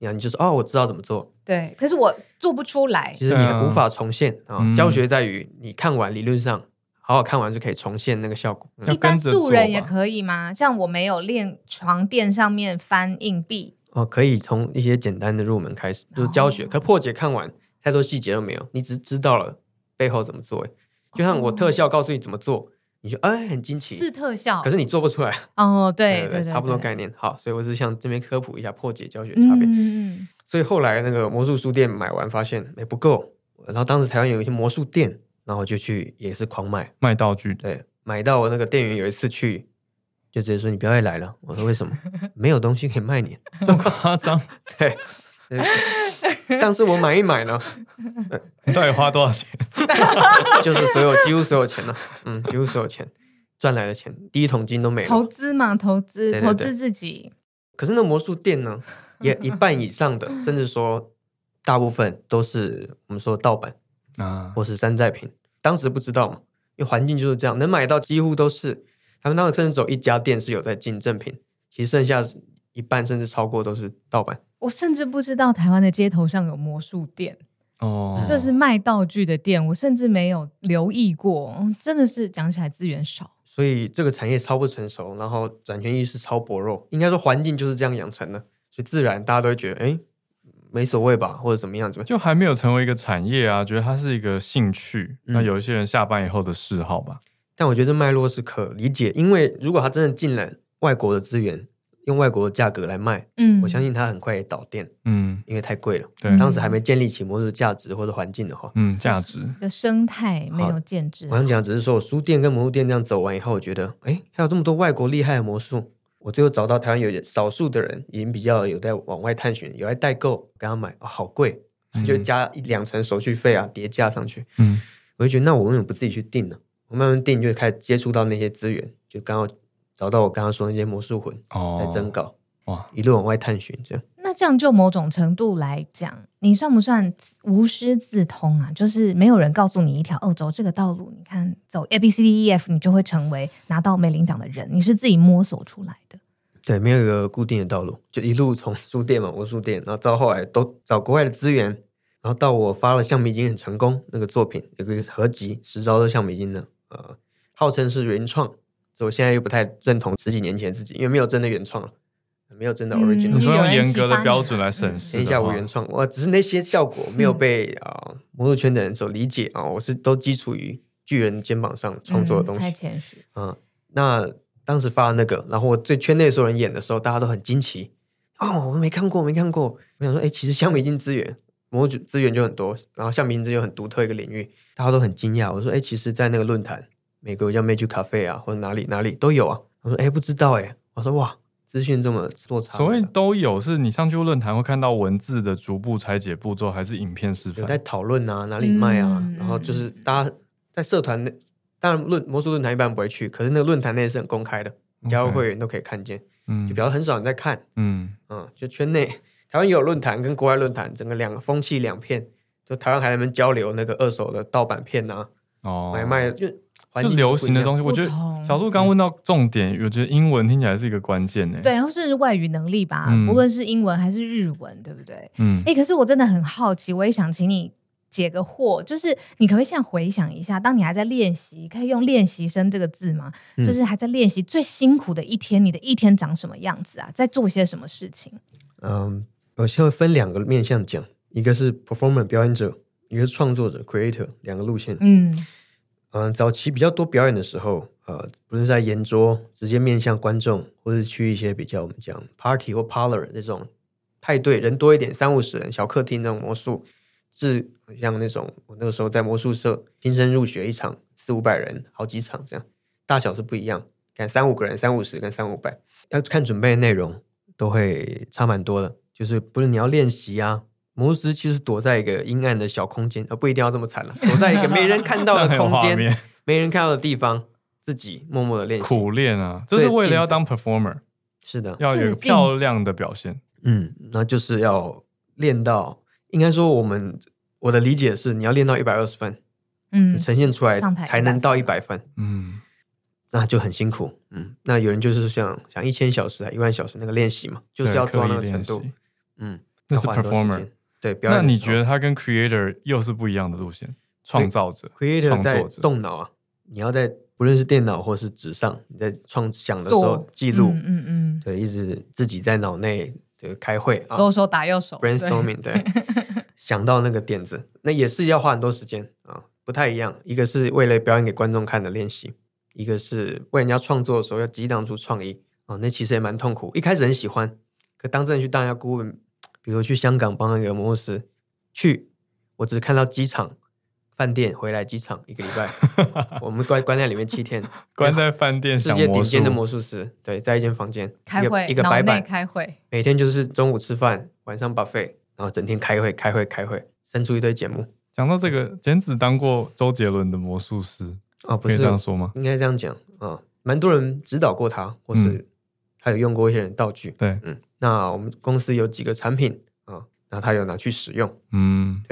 Speaker 3: 然后你就是哦，我知道怎么做，
Speaker 2: 对，可是我做不出来
Speaker 3: 其实
Speaker 1: 对
Speaker 3: 你
Speaker 1: 啊
Speaker 3: 无法重现啊、
Speaker 1: 嗯
Speaker 3: 教学在于你看完，理论上好好看完就可以重现那个效果。嗯
Speaker 1: 要
Speaker 2: 一般
Speaker 1: 跟着
Speaker 2: 素
Speaker 1: 做
Speaker 2: 人也
Speaker 1: 吧
Speaker 2: 可以吗？像我没有练床垫上面翻硬币，
Speaker 3: 哦，可以从一些简单的入门开始，就是教学。
Speaker 2: 哦
Speaker 3: 可破解看完太多细节都没有，你只知道了背后怎么做。欸就像我特效告诉你怎么做，你就哎很惊
Speaker 2: 是
Speaker 3: 奇，
Speaker 2: 特效。
Speaker 3: 可是你做不出来。
Speaker 2: 哦，对对
Speaker 3: 对
Speaker 2: 对，
Speaker 3: 差不多
Speaker 2: 对
Speaker 3: 概念。好，所以我是想这边科普一下破解教学
Speaker 2: 嗯
Speaker 3: 差别。
Speaker 2: 嗯嗯
Speaker 3: 所以后来那个魔术书店买完发现哎不够，然后当时台湾有一些魔术店，然后我就去也是狂买，
Speaker 1: 卖道具 的，
Speaker 3: 对，买到我那个店员有一次去。就直接说你不要再来了。我说为什么？没有东西可以卖你。
Speaker 1: 这么夸张？
Speaker 3: 对，对但是我买一买呢，
Speaker 1: 你到底花多少钱？
Speaker 3: 就是所有几乎所有钱了，嗯，几乎所有钱赚来的钱，第一桶金都没
Speaker 2: 嗯投
Speaker 3: 了。
Speaker 2: 资嘛，投资
Speaker 3: 对对
Speaker 2: 投
Speaker 3: 对
Speaker 2: 资自己，
Speaker 3: 可是那魔术店呢，也一半以上的，甚至说大部分都是我们说的盗版
Speaker 1: 啊，
Speaker 3: 或是山寨品。当时不知道嘛，因为环境就是这样，能买到几乎都是。他们当时甚至走一家店是有在进正品，其实剩下一半甚至超过都是盗版。
Speaker 2: 我甚至不知道台湾的街头上有魔术店，
Speaker 1: 哦，
Speaker 2: 就是卖道具的店，我甚至没有留意过，嗯真的是讲起来资源少。
Speaker 3: 所以这个产业超不成熟，然后转圈意识超薄弱，应该说环境就是这样养成的，所以自然大家都会觉得，哎，没所谓吧，或者怎么样怎么样。
Speaker 1: 就还没有成为一个产业啊，觉得它是一个兴趣。
Speaker 3: 嗯
Speaker 1: 那有一些人下班以后的嗜好吧，
Speaker 3: 但我觉得这脉络是可理解，因为如果他真的进了外国的资源，用外国的价格来卖，
Speaker 2: 嗯，
Speaker 3: 我相信他很快也倒店，
Speaker 1: 嗯
Speaker 3: 因为太贵了。
Speaker 1: 对
Speaker 3: 当时还没建立起模式价值或者环境的话，
Speaker 1: 嗯，价值
Speaker 2: 一个生态没有建制
Speaker 3: 我，想讲只是说我书店跟魔术店这样走完以后，我觉得，哎，还有这么多外国厉害的魔术。我最后找到台湾有少数的人已经比较有在往外探寻，有在代购，跟他买、哦好贵，就加一两成手续费啊，叠加上去。
Speaker 1: 嗯
Speaker 3: 我就觉得，那我为什么不自己去订呢？我慢慢订，就开始接触到那些资源，就刚好找到我刚刚说那些魔术魂
Speaker 1: 哦
Speaker 3: 在征稿，
Speaker 1: 哇，
Speaker 3: 一路往外探寻，这样
Speaker 2: 那这样就某种程度来讲，你算不算无师自通啊？就是没有人告诉你一条哦，走这个道路，你看走 A B C D E F，你就会成为拿到美林奖的人，你是自己摸索出来的。
Speaker 3: 对，没有一个固定的道路，就一路从书店嘛，魔术店，然后到后来都找国外的资源，然后到我发了橡皮筋很成功那个作品，有个合集十招的橡皮筋呢，呃，号称是原创，所以我现在又不太认同十几年前自己，因为没有真的原创，没有真的
Speaker 2: 嗯
Speaker 3: original。
Speaker 1: 你说
Speaker 2: 有
Speaker 1: 用
Speaker 2: 人
Speaker 1: 严
Speaker 2: 激
Speaker 1: 格的
Speaker 2: 发
Speaker 1: 标
Speaker 2: 你
Speaker 1: 准
Speaker 2: 啊
Speaker 1: 来
Speaker 2: 嗯
Speaker 1: 审视
Speaker 3: 天
Speaker 1: 的
Speaker 3: 下无
Speaker 1: 话
Speaker 3: 原创，我只是那些效果没有被啊、呃魔术圈的人所理解啊、我是都基础于巨人肩膀上创作的东
Speaker 2: 嗯
Speaker 3: 西
Speaker 2: 太。谦虚，
Speaker 3: 嗯，那当时发的那个，然后我对圈内所有人演的时候，大家都很惊奇哦，我没看过，没看过。我想说，哎，其实橡皮筋资源，模具资源就很多，然后橡皮筋资源很独特一个领域，大家都很惊讶。我说，哎，其实，在那个论坛，美国叫 Magic Cafe 啊，或者哪里哪里都有啊。我说，哎，不知道哎。我说，哇，资讯这么落差很
Speaker 1: 所
Speaker 3: 大，
Speaker 1: 谓都有，是你上去论坛会看到文字的逐步拆解步骤，还是影片示
Speaker 3: 有在
Speaker 1: 范？
Speaker 3: 讨论啊，哪里卖啊，
Speaker 2: 嗯
Speaker 3: 然后就是大家在社团内，当然论魔术论坛一般不会去，可是那个论坛内是很公开的，加入
Speaker 1: OK
Speaker 3: 会员都可以看见，
Speaker 1: 嗯
Speaker 3: 就比较很少人在看，
Speaker 1: 嗯，
Speaker 3: 嗯，就圈内台湾也有论坛跟国外论坛，整个两风气两片，就台湾还在那边交流那个二手的盗版片啊，
Speaker 1: 哦，
Speaker 3: 买卖就环
Speaker 1: 就
Speaker 3: 境是
Speaker 1: 流
Speaker 3: 不一
Speaker 1: 行的
Speaker 3: 样
Speaker 1: 东西，我
Speaker 2: 不
Speaker 1: 觉得
Speaker 2: 同
Speaker 1: 小鹿刚问到重点，我觉得英文听起来是一个关键欸呢。，
Speaker 2: 对，然后是外语能力吧，
Speaker 1: 嗯
Speaker 2: 不论是英文还是日文，对不对？
Speaker 1: 嗯，
Speaker 2: 哎、可是我真的很好奇，我也想请你解个惑，就是你可不可以现在回想一下，当你还在练习，可以用“练习生”这个字吗？
Speaker 3: 嗯
Speaker 2: 就是还在练习最辛苦的一天，你的一天长什么样子啊？在做些什么事情？
Speaker 3: 嗯，我先会分两个面向讲，一个是 performer 表演者，一个是创作者 creator 两个路线，
Speaker 2: 嗯
Speaker 3: 嗯，早期比较多表演的时候，呃，不论是在圆桌直接面向观众，或是去一些比较我们讲 party 或 parlor 这种派对，人多一点，三五十人小客厅那种魔术，至像那种我那个时候在魔术社新生入学一场四五百人，好几场这样，大小是不一样，看三五个人、三五十跟三五百，要看准备的内容都会差蛮多的，就是不是你要练习啊。魔术师其实躲在一个阴暗的小空间，呃，不一定要这么 惨了，躲在一个没人看到
Speaker 1: 很
Speaker 3: 的
Speaker 1: 有
Speaker 3: 空
Speaker 1: 画
Speaker 3: 间，
Speaker 1: 面，
Speaker 3: 没人看到的地方，自己默默的练习。
Speaker 1: 苦练啊，这是为了要当 performer，
Speaker 3: 是的，
Speaker 1: 要有
Speaker 2: 对
Speaker 1: 一
Speaker 2: 着
Speaker 1: 个
Speaker 2: 镜子
Speaker 1: 漂亮的表现。
Speaker 3: 嗯，那就是要练到，应该说我们我的理解是，你要练到一百二十分，
Speaker 2: 嗯
Speaker 3: 你，呈现出来
Speaker 2: 上台
Speaker 3: 才能到一
Speaker 2: 100
Speaker 3: 百分，
Speaker 1: 嗯，
Speaker 3: 那就很辛苦。嗯，那有人就是像像一千小时啊、一万小时那个练习嘛，就是
Speaker 1: 对
Speaker 3: 要
Speaker 1: 刻
Speaker 3: 抓那
Speaker 1: 意
Speaker 3: 个程
Speaker 1: 练
Speaker 3: 度
Speaker 1: 习。
Speaker 3: 嗯，
Speaker 1: 那
Speaker 3: 要
Speaker 1: 是
Speaker 3: 花很多时
Speaker 1: performer
Speaker 3: 间。对，表
Speaker 1: 那
Speaker 3: 演的时候。
Speaker 1: 你觉得他跟 creator 又是不一样的路线？创造者、
Speaker 3: creator
Speaker 1: 创
Speaker 3: 在
Speaker 1: 作者，
Speaker 3: 动脑啊？你要在不论是电脑或是纸上，你在创想的时候
Speaker 2: 做
Speaker 3: 记录，
Speaker 2: 嗯嗯嗯，
Speaker 3: 对，一直自己在脑内的开会啊，
Speaker 2: 左手打右手
Speaker 3: brainstorming，对，想到那个点子，那也是要花很多时间啊，不太一样。一个是为了表演给观众看的练习，一个是为人家创作的时候要激荡出创意啊，那其实也蛮痛苦。一开始很喜欢，可当真的去当人家顾问，比如去香港帮那个魔术师去，我只看到机场、饭店，回来机场一个礼拜，我们关关在里面七天，
Speaker 1: 关在饭店
Speaker 3: 世
Speaker 1: 想
Speaker 3: 界顶
Speaker 1: 魔术
Speaker 3: 尖的魔术师，对，在一间房间
Speaker 2: 开会，
Speaker 3: 一个一个
Speaker 2: 脑
Speaker 3: 白
Speaker 2: 内
Speaker 3: 板
Speaker 2: 开会，
Speaker 3: 每天就是中午吃饭，晚上 buffet，然后整天开会、开会、开会，生出一堆节目。
Speaker 1: 讲到这个，简子当过周杰伦的魔术师，
Speaker 3: 哦，不
Speaker 1: 可以
Speaker 3: 是
Speaker 1: 这，样说吗？
Speaker 3: 应该这样讲啊、蛮多人指导过他，或是
Speaker 1: 嗯
Speaker 3: 他有用过一些人的道具。
Speaker 1: 对，
Speaker 3: 嗯，那我们公司有几个产品啊、然后他有拿去使用。
Speaker 1: 嗯，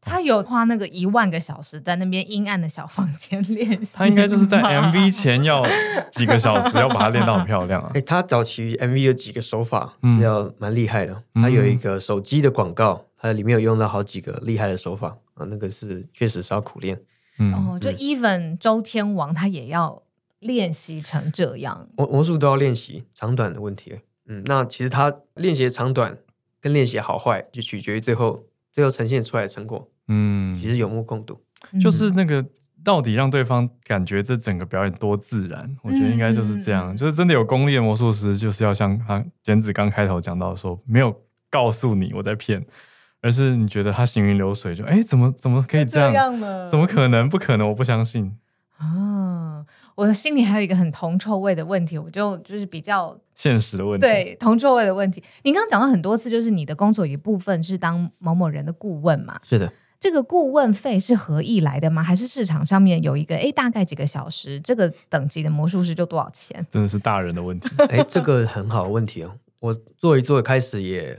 Speaker 2: 他有花那个一万个小时在那边阴暗的小房间 练习吗，
Speaker 1: 他应该就是 在 MV 前要几个小时，要把它练到很漂 亮啊
Speaker 3: 哎，。他早期 MV 有几个手法
Speaker 1: 嗯
Speaker 3: 是要蛮厉害的，他有一个手机的广告，它里面有用到好几个厉害的手法啊，那个是确实是要苦练。
Speaker 1: 嗯，
Speaker 2: 哦，就 even 周天王他也要练习成这样，
Speaker 3: 魔魔术都要练习长短的问题。嗯，那其实它练习的长短跟练习的好坏，就取决于最后最后呈现出来的成果，
Speaker 1: 嗯
Speaker 3: 其，实有目共睹。
Speaker 2: 嗯
Speaker 1: 就是那个到底让对方感觉这整个表演多自然，我觉得应该就是这
Speaker 2: 嗯嗯
Speaker 1: 样。
Speaker 2: 嗯
Speaker 1: 就是真的有功力的魔术师，就是要像他简子刚开头讲到说，没有告诉你我在骗，而是你觉得他行云流水就，哎，怎么怎么可以这
Speaker 2: 这
Speaker 1: 样？
Speaker 2: 样了，
Speaker 1: 怎么可能？不可能！我不相信。
Speaker 2: 啊？我的心里还有一个很铜臭味的问题，我就就是比较
Speaker 1: 现实的问题，，
Speaker 2: 对铜臭味的问题。你刚刚讲到很多次，就是你的工作有一部分是当某某人的顾问嘛？
Speaker 3: 是 的，
Speaker 2: 这个顾问费是何以来的吗？还是市场上面有一个诶，大概几个小时，这个等级的魔术师就多少钱？
Speaker 1: 真的是大人的问题。
Speaker 3: 哎，这个很好的问题哦。我做一做，开始也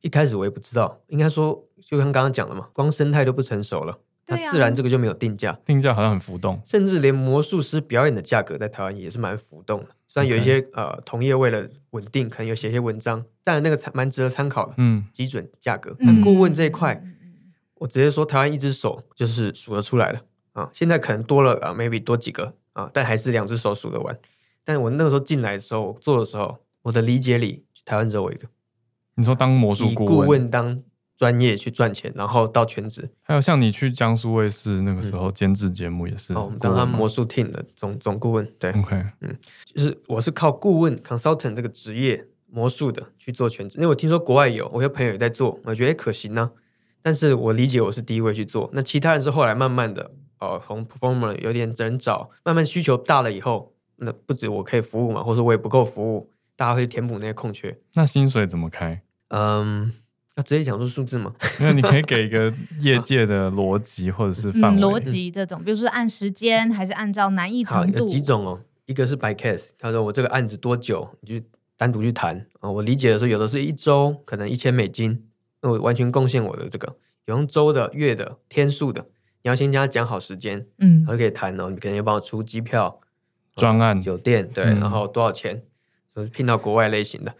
Speaker 3: 一开始我也不知道，应该说就像刚刚讲的嘛，光生态都不成熟了，那
Speaker 2: 对啊
Speaker 3: 自然这个就没有定价，
Speaker 1: 定价好像很浮动，
Speaker 3: 甚至连魔术师表演的价格在台湾也是蛮浮动的。虽然有一些呃同业为了稳定，可能有写一些文章，但那个参蛮值得参考的
Speaker 1: 嗯，
Speaker 3: 基准价格。
Speaker 2: 嗯
Speaker 3: 但顾问这一块，
Speaker 2: 嗯嗯嗯
Speaker 3: 我直接说台湾一只手就是数得出来了啊。现在可能多了啊，maybe 多几个啊，但还是两只手数得完。但我那个时候进来的时候，我做的时候，我的理解里，台湾只有我一个，
Speaker 1: 你说当魔术
Speaker 3: 以顾问当专业去赚钱，然后到全职。
Speaker 1: 还有像你去江苏卫视那个时候监制节目也是顾问吗，
Speaker 3: 嗯哦，我们当他们魔术 team 的总总顾问，对，
Speaker 1: OK，
Speaker 3: 就是我是靠顾问 consultant 这个职业魔术的去做全职，因为我听说国外有，我有朋友也在做，我觉得诶可行呢、但是我理解我是第一位去做，那其他人是后来慢慢的，呃，从 performer 有点整找，慢慢需求大了以后，那不止我可以服务嘛，或者我也不够服务，大家会填补那些空缺。
Speaker 1: 那薪水怎么开？
Speaker 3: 嗯，要直接讲出数字吗？
Speaker 1: 因为你可以给一个业界的逻辑或者是范
Speaker 2: 嗯
Speaker 1: 围，
Speaker 2: 逻辑这种，比如说按时间还是按照难易
Speaker 3: 好，
Speaker 2: 程
Speaker 3: 有
Speaker 2: 度，
Speaker 3: 几种哦，一个是 by case，他说我这个案子多久，你就单独去谈啊、我理解的是，有的是一周可能一千美金，那我完全贡献我的这个，有用周的、月的、天数的，你要先跟他讲好时间，
Speaker 2: 嗯
Speaker 3: 然后可以谈哦，你可能要帮我出机票、
Speaker 1: 专案
Speaker 3: 酒店，对，
Speaker 1: 嗯
Speaker 3: 然后多少钱，就是聘到国外类型的。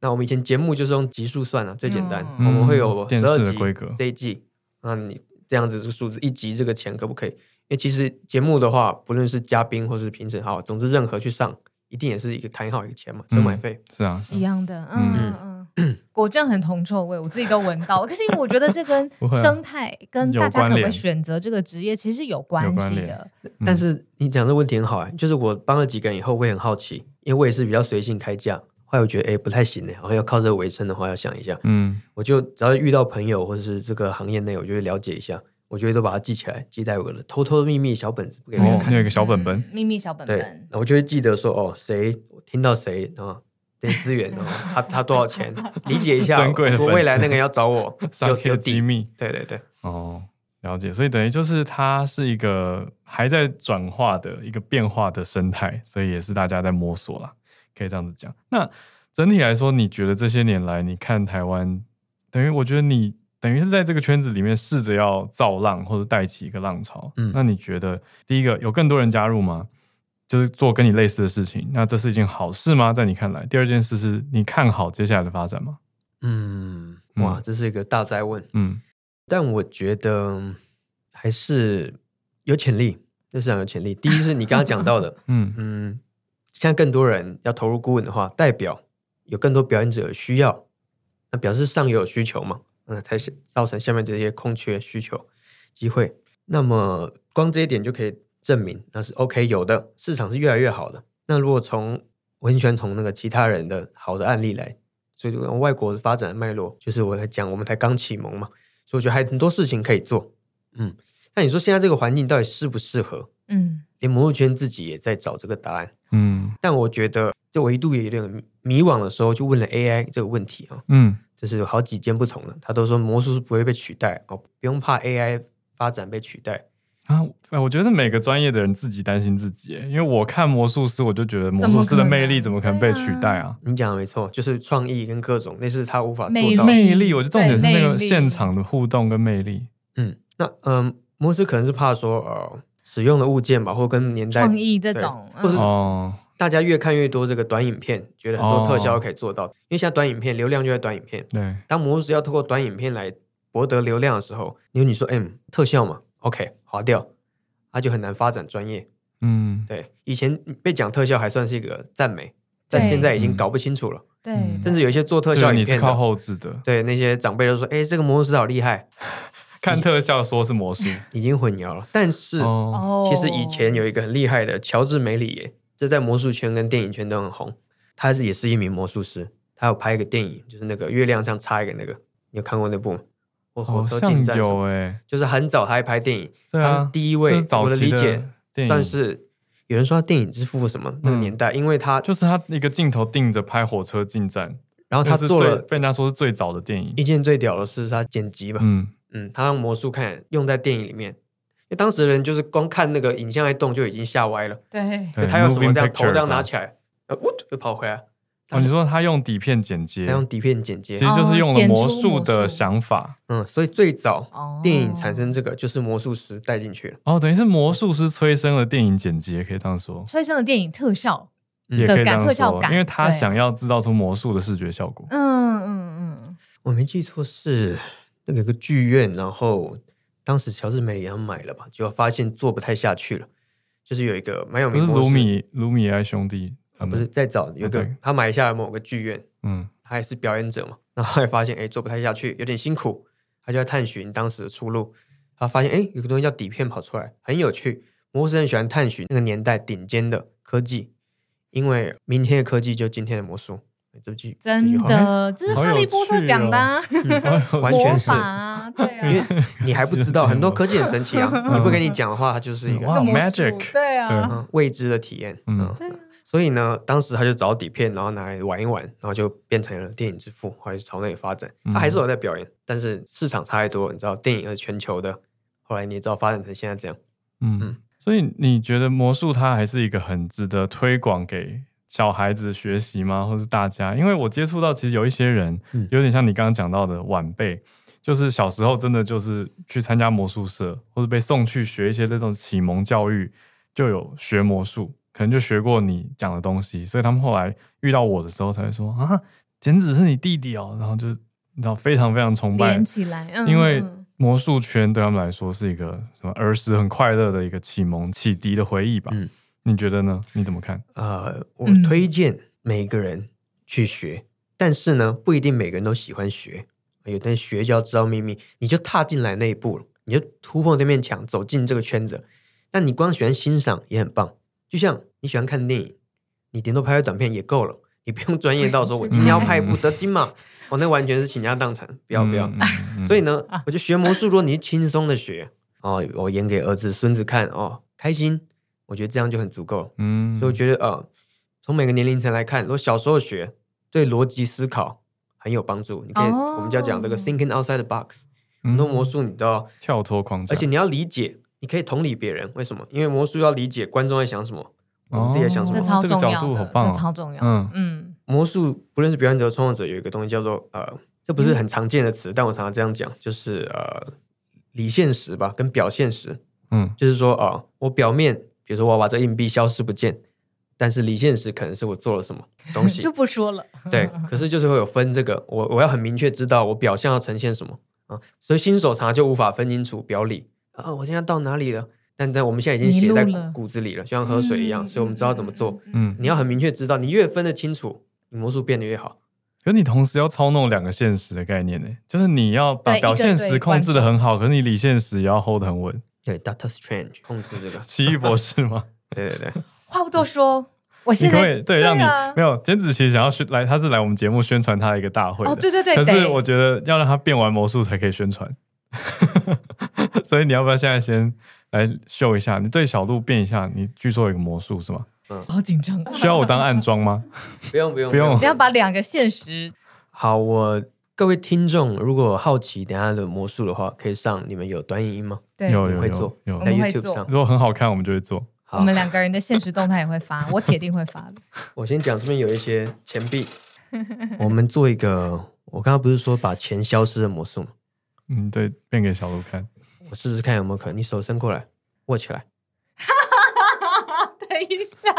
Speaker 3: 那我们以前节目就是用集数算啊了，最简单，
Speaker 2: 嗯
Speaker 3: 我们会有
Speaker 1: 电
Speaker 3: 十
Speaker 1: 视
Speaker 3: 二
Speaker 1: 的
Speaker 3: 集
Speaker 1: 规格
Speaker 3: 这一季，那你这样子这个数字一集这个钱可不可以？因为其实节目的话，不论是嘉宾或是评审，好，总之任何去上，一定也是一个谈好一个钱嘛，车马费。
Speaker 1: 是啊，是啊
Speaker 2: 一样的，嗯嗯 嗯，果真很铜臭味，我自己都闻到。可是因为我觉得这跟
Speaker 1: 不会啊
Speaker 2: 生态、跟
Speaker 1: 有
Speaker 2: 大家
Speaker 1: 关
Speaker 2: 可不可以
Speaker 1: 联
Speaker 2: 选择这个职业其实有关
Speaker 1: 有关
Speaker 2: 系
Speaker 1: 联
Speaker 2: 的。
Speaker 3: 但是你讲这问题很好啊、就是我帮了几个人以后，我也很好奇，因为我也是比较随性开价，后来我觉得哎、不太行呢，好像要靠这个为生的话，要想一下。
Speaker 1: 嗯，
Speaker 3: 我就只要遇到朋友或者是这个行业内，我就会了解一下，我就会都把它记起来，记在我的偷偷秘密小本子，不给别人
Speaker 1: 哦，
Speaker 3: 看。
Speaker 1: 你有一个小本本
Speaker 2: 嗯，秘密小本
Speaker 3: 对，
Speaker 2: 本
Speaker 3: 然，后我就会记得说，哦，谁我听到谁啊，这些资源哦，他他多少钱，理解一下，
Speaker 1: 珍贵的
Speaker 3: 我
Speaker 1: 粉丝
Speaker 3: 未来那个要 找我
Speaker 1: 商
Speaker 3: 有有
Speaker 1: 业机
Speaker 3: 底，
Speaker 1: 密
Speaker 3: 对对对，
Speaker 1: 哦，了解。所以等于就是它是一个还在转化的一个变化的生态，所以也是大家在摸索啦，可以这样子讲。那整体来说，你觉得这些年来，你看台湾，等于我觉得你等于是在这个圈子里面试着要造浪或者带起一个浪潮。
Speaker 3: 嗯
Speaker 1: 那你觉得第一个有更多人加入吗？就是做跟你类似的事情，那这是一件好事吗？在你看来，第二件事是你看好接下来的发展吗？
Speaker 3: 嗯，哇，
Speaker 1: 嗯
Speaker 3: 这是一个大灾问，
Speaker 1: 嗯
Speaker 3: 但我觉得嗯还是有潜力，这市场有潜力。第一是你刚刚讲到的，
Speaker 1: 嗯
Speaker 3: 嗯，现在更多人要投入顾问的话，代表有更多表演者有需要，那表示上游有需求嘛，那才是造成下面这些空缺需求机会。那么光这一点就可以证明那是 OK 有的，市场是越来越好的。那如果从我很喜欢从那个其他人的好的案例来，所以外国的发展的脉络，就是我在讲我们才刚启蒙嘛，所以我觉得还有很多事情可以做。嗯，那你说现在这个环境到底适不适合？
Speaker 2: 嗯
Speaker 3: 连魔术圈自己也在找这个答案。
Speaker 1: 嗯
Speaker 3: 但我觉得，就我一度也有点迷惘的时候，就问了 AI 这个问题啊，
Speaker 1: 嗯
Speaker 3: 这是有好几间不同的，他都说魔术是不会被取代哦，不用怕 AI 发展被取代。
Speaker 1: 啊，哎我觉得每个专业的人自己担心自己耶，因为我看魔术师，我就觉得魔术师的魅力怎么可能被取代啊？
Speaker 3: 你讲的没错，就是创意跟各种，那是他无法
Speaker 2: 魅
Speaker 3: 做到。
Speaker 1: 魅力，我觉得重点是那
Speaker 2: 对魅
Speaker 1: 个
Speaker 2: 力
Speaker 1: 现场的互动跟魅力。
Speaker 3: 嗯，那嗯，魔术师可能是怕说呃使用的物件吧，或跟年代
Speaker 2: 创意这种，嗯
Speaker 3: 对或者是
Speaker 1: 哦，
Speaker 3: 大家越看越多这个短影片，觉得很多特效可以做到，因为现在短影片流量就在短影片。
Speaker 1: 对，
Speaker 3: 当魔术师要透过短影片来博得流量的时候，因为你说，嗯，特效嘛，OK，划掉，他就很难发展专业。
Speaker 1: 嗯，
Speaker 3: 对，以前被讲特效还算是一个赞美，
Speaker 2: 对
Speaker 3: 但现在已经
Speaker 1: 嗯
Speaker 3: 搞不清楚了，
Speaker 2: 对
Speaker 1: 嗯，
Speaker 3: 甚至有一些做特
Speaker 1: 就
Speaker 3: 效
Speaker 1: 是你
Speaker 3: 影
Speaker 1: 是
Speaker 3: 片
Speaker 1: 靠
Speaker 3: 的，
Speaker 1: 后置的，
Speaker 3: 对那些长辈都说，哎，这个魔术师好厉害，
Speaker 1: 看特效说是魔术。
Speaker 3: 已经混淆了。但是、
Speaker 1: 哦，
Speaker 2: 哦，
Speaker 3: 其实以前有一个很厉害的乔治梅里耶，这在魔术圈跟电影圈都很红，他是也是一名魔术师，他有拍一个电影，就是那个月亮上插一个那个，你有看过那部吗？或
Speaker 1: 好
Speaker 3: 火车进
Speaker 1: 像
Speaker 3: 站什么
Speaker 1: 有哎，
Speaker 3: 就是很早他还拍电影，
Speaker 1: 对啊，
Speaker 3: 他是第一位
Speaker 1: 这是早期
Speaker 3: 我的理解
Speaker 1: 电影嗯
Speaker 3: 算是有人说他电影之父什么那个年代，因为他
Speaker 1: 就是他一个镜头定着拍火车进站，
Speaker 3: 然
Speaker 1: 那
Speaker 3: 后哦他
Speaker 1: 是
Speaker 3: 做
Speaker 1: 最
Speaker 3: 了
Speaker 1: 被人家说是最早的电影
Speaker 3: 一。件最屌的事，是他剪辑吧，
Speaker 1: 嗯，
Speaker 3: 嗯他让魔术看用在电影里面，因为当时的人就是光看那个影像在动就已经吓歪了，
Speaker 2: 对
Speaker 1: 对
Speaker 3: 就他要什么
Speaker 1: moving
Speaker 3: 这样头这
Speaker 1: pictures
Speaker 3: 样
Speaker 1: 啊
Speaker 3: 拿起来，呃，呜就跑回来，
Speaker 1: 哦，你说他用底片剪接
Speaker 3: 他，用底片剪
Speaker 1: 其
Speaker 3: 接
Speaker 1: 实。就是用了
Speaker 2: 哦
Speaker 1: 魔
Speaker 2: 剪出
Speaker 1: 术
Speaker 2: 魔
Speaker 1: 的
Speaker 2: 术
Speaker 1: 想法。
Speaker 3: 嗯，所以最早
Speaker 2: 哦
Speaker 3: 电影产生这个就是魔术师带进去了，
Speaker 1: 哦，等于是魔术师催生了电影剪接，可以这样说，
Speaker 2: 催生了电影特效，
Speaker 3: 嗯
Speaker 1: 也可以这
Speaker 2: 的感
Speaker 1: 样
Speaker 2: 特效
Speaker 1: 说，
Speaker 2: 感
Speaker 1: 因为他
Speaker 2: 对
Speaker 1: 想要制造出魔术的视觉效果。
Speaker 2: 嗯嗯
Speaker 3: 我没记错是那个有个剧院，然后当时乔治梅里要买了吧，结果发现做不太下去了，就是有一个蛮有
Speaker 1: 不是
Speaker 3: 名魔术
Speaker 1: 卢米卢米埃兄弟他
Speaker 3: 啊，
Speaker 1: 们，
Speaker 3: 不是再早有一个
Speaker 1: 对
Speaker 3: 他买下了某个剧院，
Speaker 1: 嗯，
Speaker 3: 他也是表演者嘛，然后后来发现哎做不太下去，有点辛苦，他就在探寻当时的出路。他发现哎有个东西叫底片跑出来，很有趣。摩斯很喜欢探寻那个年代顶尖的科技，因为明天的科技就今天的魔术。这句
Speaker 2: 嗯，真
Speaker 3: 这句话
Speaker 2: 的，这是
Speaker 1: 好有
Speaker 2: 哈利波特讲的 啊，
Speaker 1: 哦
Speaker 3: 完
Speaker 2: 魔
Speaker 3: 全是
Speaker 2: 法，啊，对
Speaker 3: 因 为
Speaker 2: 啊，
Speaker 3: 你还不知道很多科技很神奇啊，
Speaker 1: 嗯
Speaker 3: 你不跟你讲的话，它就是一
Speaker 1: 哇
Speaker 2: 跟
Speaker 3: 个
Speaker 2: 魔术
Speaker 1: magic，
Speaker 2: 对啊，
Speaker 3: 嗯未知的体验。
Speaker 1: 嗯
Speaker 3: 嗯
Speaker 2: 对啊，
Speaker 3: 所以呢，当时他就找底片，然后拿来玩一玩，然后就变成了电影之父，后来朝那里发展。
Speaker 1: 嗯
Speaker 3: 他还是有在表演，但是市场差太多，你知道，电影是全球的，后来你也知道发展成现在这样。
Speaker 1: 嗯
Speaker 3: 嗯，
Speaker 1: 所以你觉得魔术它还是一个很值得推广给小孩子学习吗？或是大家？因为我接触到，其实有一些人，
Speaker 3: 嗯
Speaker 1: 有点像你刚刚讲到的晚辈，就是小时候真的就是去参加魔术社，或者被送去学一些这种启蒙教育，就有学魔术，可能就学过你讲的东西，所以他们后来遇到我的时候才会说啊，简子是你弟弟哦，然后就你知道非常非常崇拜，
Speaker 2: 连起来，嗯，
Speaker 1: 因为
Speaker 2: 嗯
Speaker 1: 魔术圈对他们来说是一个什么儿时很快乐的一个启蒙启迪的回忆吧？
Speaker 3: 嗯
Speaker 1: 你觉得呢？你怎么看？
Speaker 3: 呃，我
Speaker 2: 嗯
Speaker 3: 推荐每个人去学，但是呢，不一定每个人都喜欢学。有的人学就要知道秘密，你就踏进来那一步了，你就突破那面墙，走进这个圈子。但你光喜欢欣赏也很棒，就像你喜欢看电影，你顶多拍拍短片也够了，你不用专业到
Speaker 1: 嗯
Speaker 3: 说我今天要拍一部得金马，哦，那完全是倾家荡产，不要不要。
Speaker 1: 嗯？嗯嗯
Speaker 3: 所以呢，我就学魔术，如果你是轻松的学，哦，我演给儿子孙子看，哦，开心，我觉得这样就很足够了。
Speaker 1: 嗯
Speaker 3: 所以我觉得呃，从每个年龄层来看，如果小时候学对逻辑思考很有帮助，你可以、
Speaker 2: 哦
Speaker 3: 我们就要讲这个 thinking outside the box，
Speaker 1: 嗯
Speaker 3: 很多魔术你都要，
Speaker 1: 跳脱框架，
Speaker 3: 而且你要理解，你可以同理别人，为什么？因为魔术要理解观众在想什么，我们自己在想什
Speaker 1: 哦
Speaker 3: 么
Speaker 2: 这。超
Speaker 1: 这个
Speaker 2: 重
Speaker 1: 角
Speaker 2: 要
Speaker 1: 度
Speaker 2: 的，
Speaker 1: 好棒哦
Speaker 2: 这超重要，
Speaker 1: 嗯
Speaker 2: 嗯嗯，
Speaker 3: 魔术不论是表演者、创作者，有一个东西叫做呃，这不是很常见的词，但我常常这样讲，就是呃，理现实吧，跟表现实。
Speaker 1: 嗯
Speaker 3: 就是说啊、我表面比如说我把这硬币消失不见，但是离现实可能是我做了什么东 西
Speaker 2: 就，不说了，
Speaker 3: 对，
Speaker 2: 嗯
Speaker 3: 可是就是会有分这个，我我要很明确知道我表象要呈现什么啊，所以新手常常就无法分清楚表里啊，我现在到哪里了？但在我们现在已经
Speaker 2: 迷
Speaker 3: 写
Speaker 2: 路
Speaker 3: 在
Speaker 2: 了
Speaker 3: 骨子里了，就像喝水一样，
Speaker 2: 嗯
Speaker 3: 所以我们知道怎么做。，
Speaker 1: 嗯。
Speaker 3: 你要很明确知道，你越分得清楚，你魔术变得越好。
Speaker 1: 可是你同时要操弄两个现实的概念呢，就是你要把
Speaker 2: 对一个
Speaker 1: 表现
Speaker 2: 对
Speaker 1: 实控制的很好，可是你理现实也要 hold 得很稳。，
Speaker 3: 对，Doctor Strange 控制这个
Speaker 1: 奇异博士吗？
Speaker 3: 对对对，
Speaker 2: 话不多说，我
Speaker 1: 嗯你
Speaker 2: 现
Speaker 1: 可不
Speaker 2: 在
Speaker 1: 可以对让你
Speaker 2: 啊
Speaker 1: 没有简子其实想要宣来，他是来我们节目宣传他的一个大会的
Speaker 2: 哦，对对对，
Speaker 1: 可是
Speaker 2: 得
Speaker 1: 我觉得要让他变完魔术才可以宣传， 所以你要不要现在先来秀一下？你对小鹿变一下，你去做一个魔术是 吗？
Speaker 2: 好紧张，啊
Speaker 1: 需要我当暗装吗？
Speaker 3: 不用不用
Speaker 1: 不用
Speaker 2: 你要把两个现实
Speaker 3: 好，我各位听众如果好奇等一下的魔术的话，可以上你们有短影音吗？
Speaker 2: 对，
Speaker 1: 哦有
Speaker 3: 你
Speaker 1: 有
Speaker 3: 会
Speaker 1: 有
Speaker 3: 做
Speaker 1: 有
Speaker 2: 我，
Speaker 3: 在
Speaker 2: 们会
Speaker 3: YouTube
Speaker 2: 做
Speaker 3: 上
Speaker 1: 如。果很好看，我们就会做。
Speaker 3: 好
Speaker 2: 我们两个人的现实动态也会发，我铁定会发的。
Speaker 3: 我先讲，这边有一些钱币，我们做一个。我刚刚不是说把钱消失的魔术吗？
Speaker 1: 嗯，对，变给小鹿 看。
Speaker 3: 我试试看有没有可能。你手伸过来，握起来，
Speaker 2: 等一下，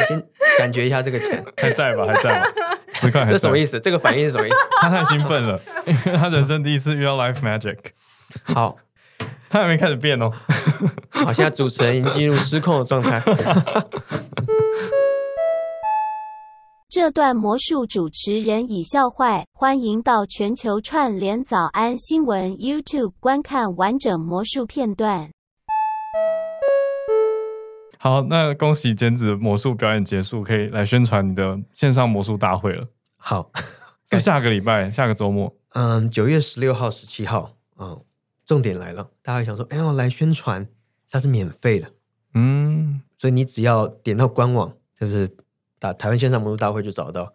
Speaker 3: 你先感觉一下这个钱，
Speaker 1: 还在吧？还在吧？十块还
Speaker 3: 这什
Speaker 1: 在
Speaker 3: 么？意思？这个反应是什么意思？
Speaker 1: 他太兴奋了，因为他人生第一次遇到 Life Magic，
Speaker 3: 好，
Speaker 1: 他还没开始变哦。
Speaker 3: 好，现在主持人已经进入失控的状态。
Speaker 4: 这段魔术主持人已笑坏，欢迎到全球串联早安新闻 YouTube 观看完整魔术片段。
Speaker 1: 好，那恭喜剪子魔术表演结束，可以来宣传你的线上魔术大会了。
Speaker 3: 好，
Speaker 1: 就下个礼拜，下个周末，
Speaker 3: 嗯，九月十六号、十七号，嗯，重点来了，大家会想说，哎呦，来宣传，它是免费的，
Speaker 1: 嗯，
Speaker 3: 所以你只要点到官网，就是打台湾线上魔术大会就找到，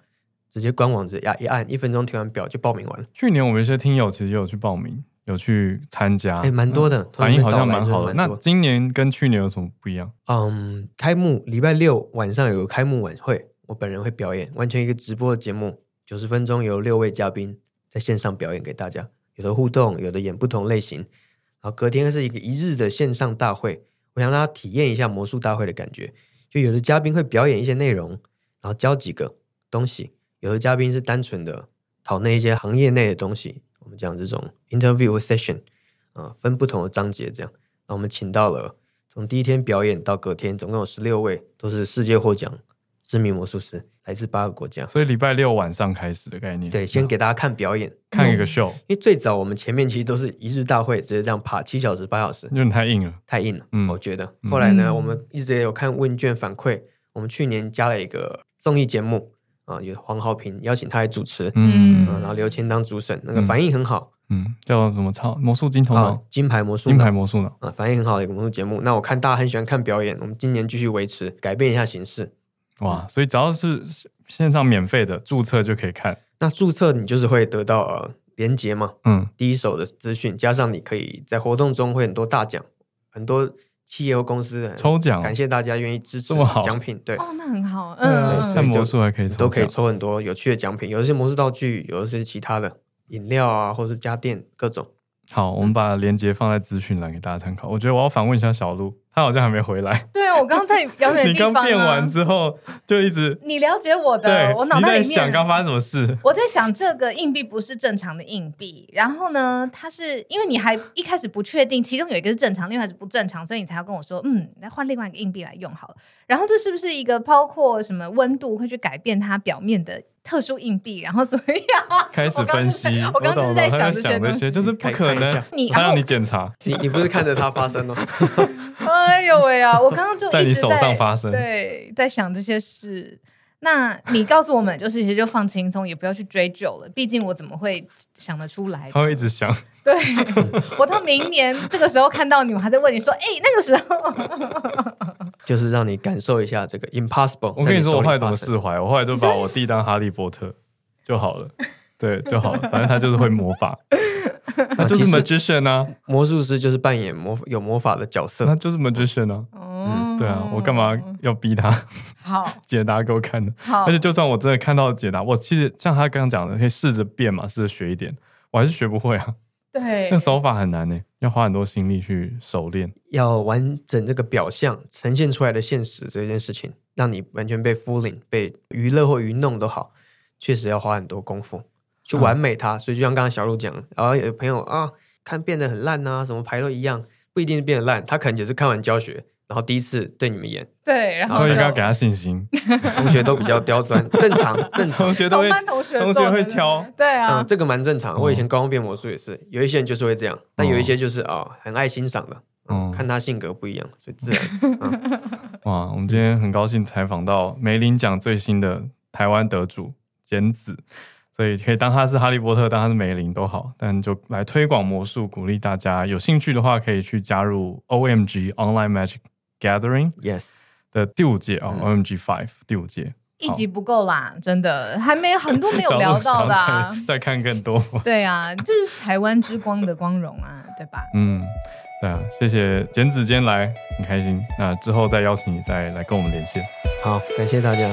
Speaker 3: 直接官网就呀一按，一分钟填完表就报名完了。
Speaker 1: 去年我们一些听友其实有去报名，有去参加，
Speaker 3: 哎，蛮多的，
Speaker 1: 反应好像蛮好的。
Speaker 3: 的。
Speaker 1: 那今年跟去年有什么不一样？
Speaker 3: 嗯，开幕礼拜六晚上有个开幕晚会，我本人会表演，完全一个直播的节目，九十分钟由六位嘉宾在线上表演给大家，有的互动，有的演不同类型。然后隔天是一个一日的线上大会，我想让大家体验一下魔术大会的感觉。就有的嘉宾会表演一些内容，然后教几个东西；有的嘉宾是单纯的讨论一些行业内的东西。我们讲这种 interview session，啊、呃分不同的章节这样。那我们请到了从第一天表演到隔天，总共有十六位，都是世界获奖知名魔术师，来自八个国家。
Speaker 1: 所以礼拜六晚上开始的概念。
Speaker 3: 对，先给大家看表演，
Speaker 1: 看一个秀，
Speaker 3: 因为最早我们前面其实都是一日大会，直接这样爬七小时、八小时
Speaker 1: 有，点太硬了。
Speaker 3: 太硬了，
Speaker 1: 嗯
Speaker 3: 我觉得。
Speaker 1: 嗯
Speaker 3: 后来呢，
Speaker 2: 嗯
Speaker 3: 我们一直也有看问卷反馈，我们去年加了一个综艺节目啊，有黄浩平邀请他来主持，
Speaker 1: 嗯
Speaker 3: 啊
Speaker 1: 嗯
Speaker 3: 然后刘谦当主审，那个
Speaker 1: 嗯
Speaker 3: 反应很好
Speaker 1: 嗯，叫什么超魔术金头
Speaker 3: 啊
Speaker 1: 脑，，
Speaker 3: 金牌魔术
Speaker 1: 金
Speaker 3: 脑
Speaker 1: 牌魔术脑。
Speaker 3: 啊，反应很好的一个魔术节目。那我看大家很喜欢看表演，我们今年继续维持，改变一下形式。
Speaker 1: 哇，所以只要是线上免费的注册就可以看。
Speaker 3: 那注册你就是会得到呃连结嘛，
Speaker 1: 嗯
Speaker 3: 第一手的资讯，加上你可以在活动中会很多大奖，很多企业或公司
Speaker 1: 抽奖
Speaker 3: 感谢大家愿意支持
Speaker 1: 这么好
Speaker 3: 奖品，对。
Speaker 2: 哦，那很好，
Speaker 1: 嗯
Speaker 2: 嗯
Speaker 3: 对
Speaker 1: 看
Speaker 3: 所以就
Speaker 1: 魔术还可以抽
Speaker 3: 都可以
Speaker 1: 奖
Speaker 3: 抽很多有趣的奖品，有的是魔术道具，有的是其他的饮料啊，或者是家电各种。嗯
Speaker 1: 好，我们把链接放在资讯栏给大家参考。我觉得我要反问一下小鹿，他好像还没回来。
Speaker 2: 对，我刚在遥远的
Speaker 1: 你
Speaker 2: 地
Speaker 1: 刚
Speaker 2: 方啊
Speaker 1: 变完之后就一直
Speaker 2: 你了解我
Speaker 1: 对
Speaker 2: 的，，我脑
Speaker 1: 你
Speaker 2: 袋
Speaker 1: 在
Speaker 2: 里面
Speaker 1: 想刚发生什么事。
Speaker 2: 我在想，这个硬币不是正常的硬币，然后呢，它是因为你还一开始不确定，其中有一个是正常，另外一个是不正常，所以你才要跟我说，嗯，来换另外一个硬币来用好了。然后这是不是一个包括什么温度会去改变它表面的特殊硬币？然后所以啊，
Speaker 1: 开始分析，
Speaker 2: 我刚刚就是
Speaker 1: 懂
Speaker 2: 在
Speaker 1: 了他
Speaker 2: 想
Speaker 1: 在
Speaker 2: 这
Speaker 1: 想
Speaker 2: 些
Speaker 1: 这
Speaker 2: 东
Speaker 1: 些，
Speaker 2: 西。
Speaker 1: 就是不可
Speaker 3: 看一
Speaker 1: 能
Speaker 3: 下。
Speaker 2: 你啊
Speaker 1: 他
Speaker 2: 然后
Speaker 1: 让你检 查，
Speaker 3: 你你不是看着它发生哦？
Speaker 2: 哎呦喂啊！我刚刚就一直
Speaker 1: 在你手上发生
Speaker 2: 对，在想这些事。那你告诉我们，就是其实就放轻松，也不要去追究了。毕竟我怎么会想得出来？
Speaker 1: 他会一直想。
Speaker 2: 对 我到明年这个时候看到你，我还在问你说，哎、那个时候，
Speaker 3: 就是让你感受一下这个 impossible。
Speaker 1: 我跟你说，我后来怎么
Speaker 3: 是
Speaker 1: 释怀？我后来就把我弟当哈利波特就好了，对，就好了。反正他就是会魔法，他就是 magician 啊，
Speaker 3: 魔术师就是扮演魔有魔法的角
Speaker 1: 他
Speaker 3: 色，
Speaker 1: 就是 magician 啊。
Speaker 2: 哦
Speaker 1: 对啊，我干嘛要逼他
Speaker 2: 好
Speaker 1: 解答给我看呢？
Speaker 2: 好，
Speaker 1: 而且就算我真的看到解答，我其实像他刚刚讲的，可以试着变嘛，试着学一点，我还是学不会啊。
Speaker 2: 对
Speaker 1: 那手法很难呢、要花很多心力去熟练。
Speaker 3: 要完整这个表象呈现出来的现实这件事情，让你完全被 fooling、被娱乐或愚弄都好，确实要花很多功夫去完美它。
Speaker 1: 嗯
Speaker 3: 所以就像刚刚小鹿讲，然后有朋友啊，看变得很烂啊，什么牌都一样，不一定是变得烂，他可能也是看完教学，然后第一次对你们演，
Speaker 2: 对，然后
Speaker 1: 所以
Speaker 2: 就
Speaker 1: 应该要给他啊信心，
Speaker 3: 同学都比较 刁钻，正常正常
Speaker 1: 同。学哦都
Speaker 2: 同
Speaker 1: 会
Speaker 2: 班同学
Speaker 1: 同
Speaker 2: 做
Speaker 1: 学
Speaker 2: 的
Speaker 1: 会
Speaker 2: 那
Speaker 1: 挑
Speaker 2: 种，对啊
Speaker 3: 嗯，，这个蛮正常。我以前高中变魔术也是，有一些人就是会这样，但有一些就是啊、很爱欣赏的，嗯
Speaker 1: 哦
Speaker 3: 看他性格不一样，所以 自然。
Speaker 1: 哇，我们今天很高兴采访到梅林奖最新的台湾得主简子，所以可以当他是哈利波特，当他是梅林都好，但就来推广魔术，鼓励大家有兴趣的话可以去加入 OMG Online Magic Gathering
Speaker 3: yes，
Speaker 1: 的第五届哦、o m g Five 第五届，
Speaker 2: 一集不够啦，真的还没有很多没有
Speaker 1: 小鹿
Speaker 2: 聊到 的、
Speaker 1: 想
Speaker 2: 啊
Speaker 1: 要再， 再看更多，
Speaker 2: 对啊，这是台湾之光的光荣啊，对吧？
Speaker 1: 嗯，对啊，谢谢简子今天来，很开心，那之后再邀请你再来跟我们连线。
Speaker 3: 好，感谢大家，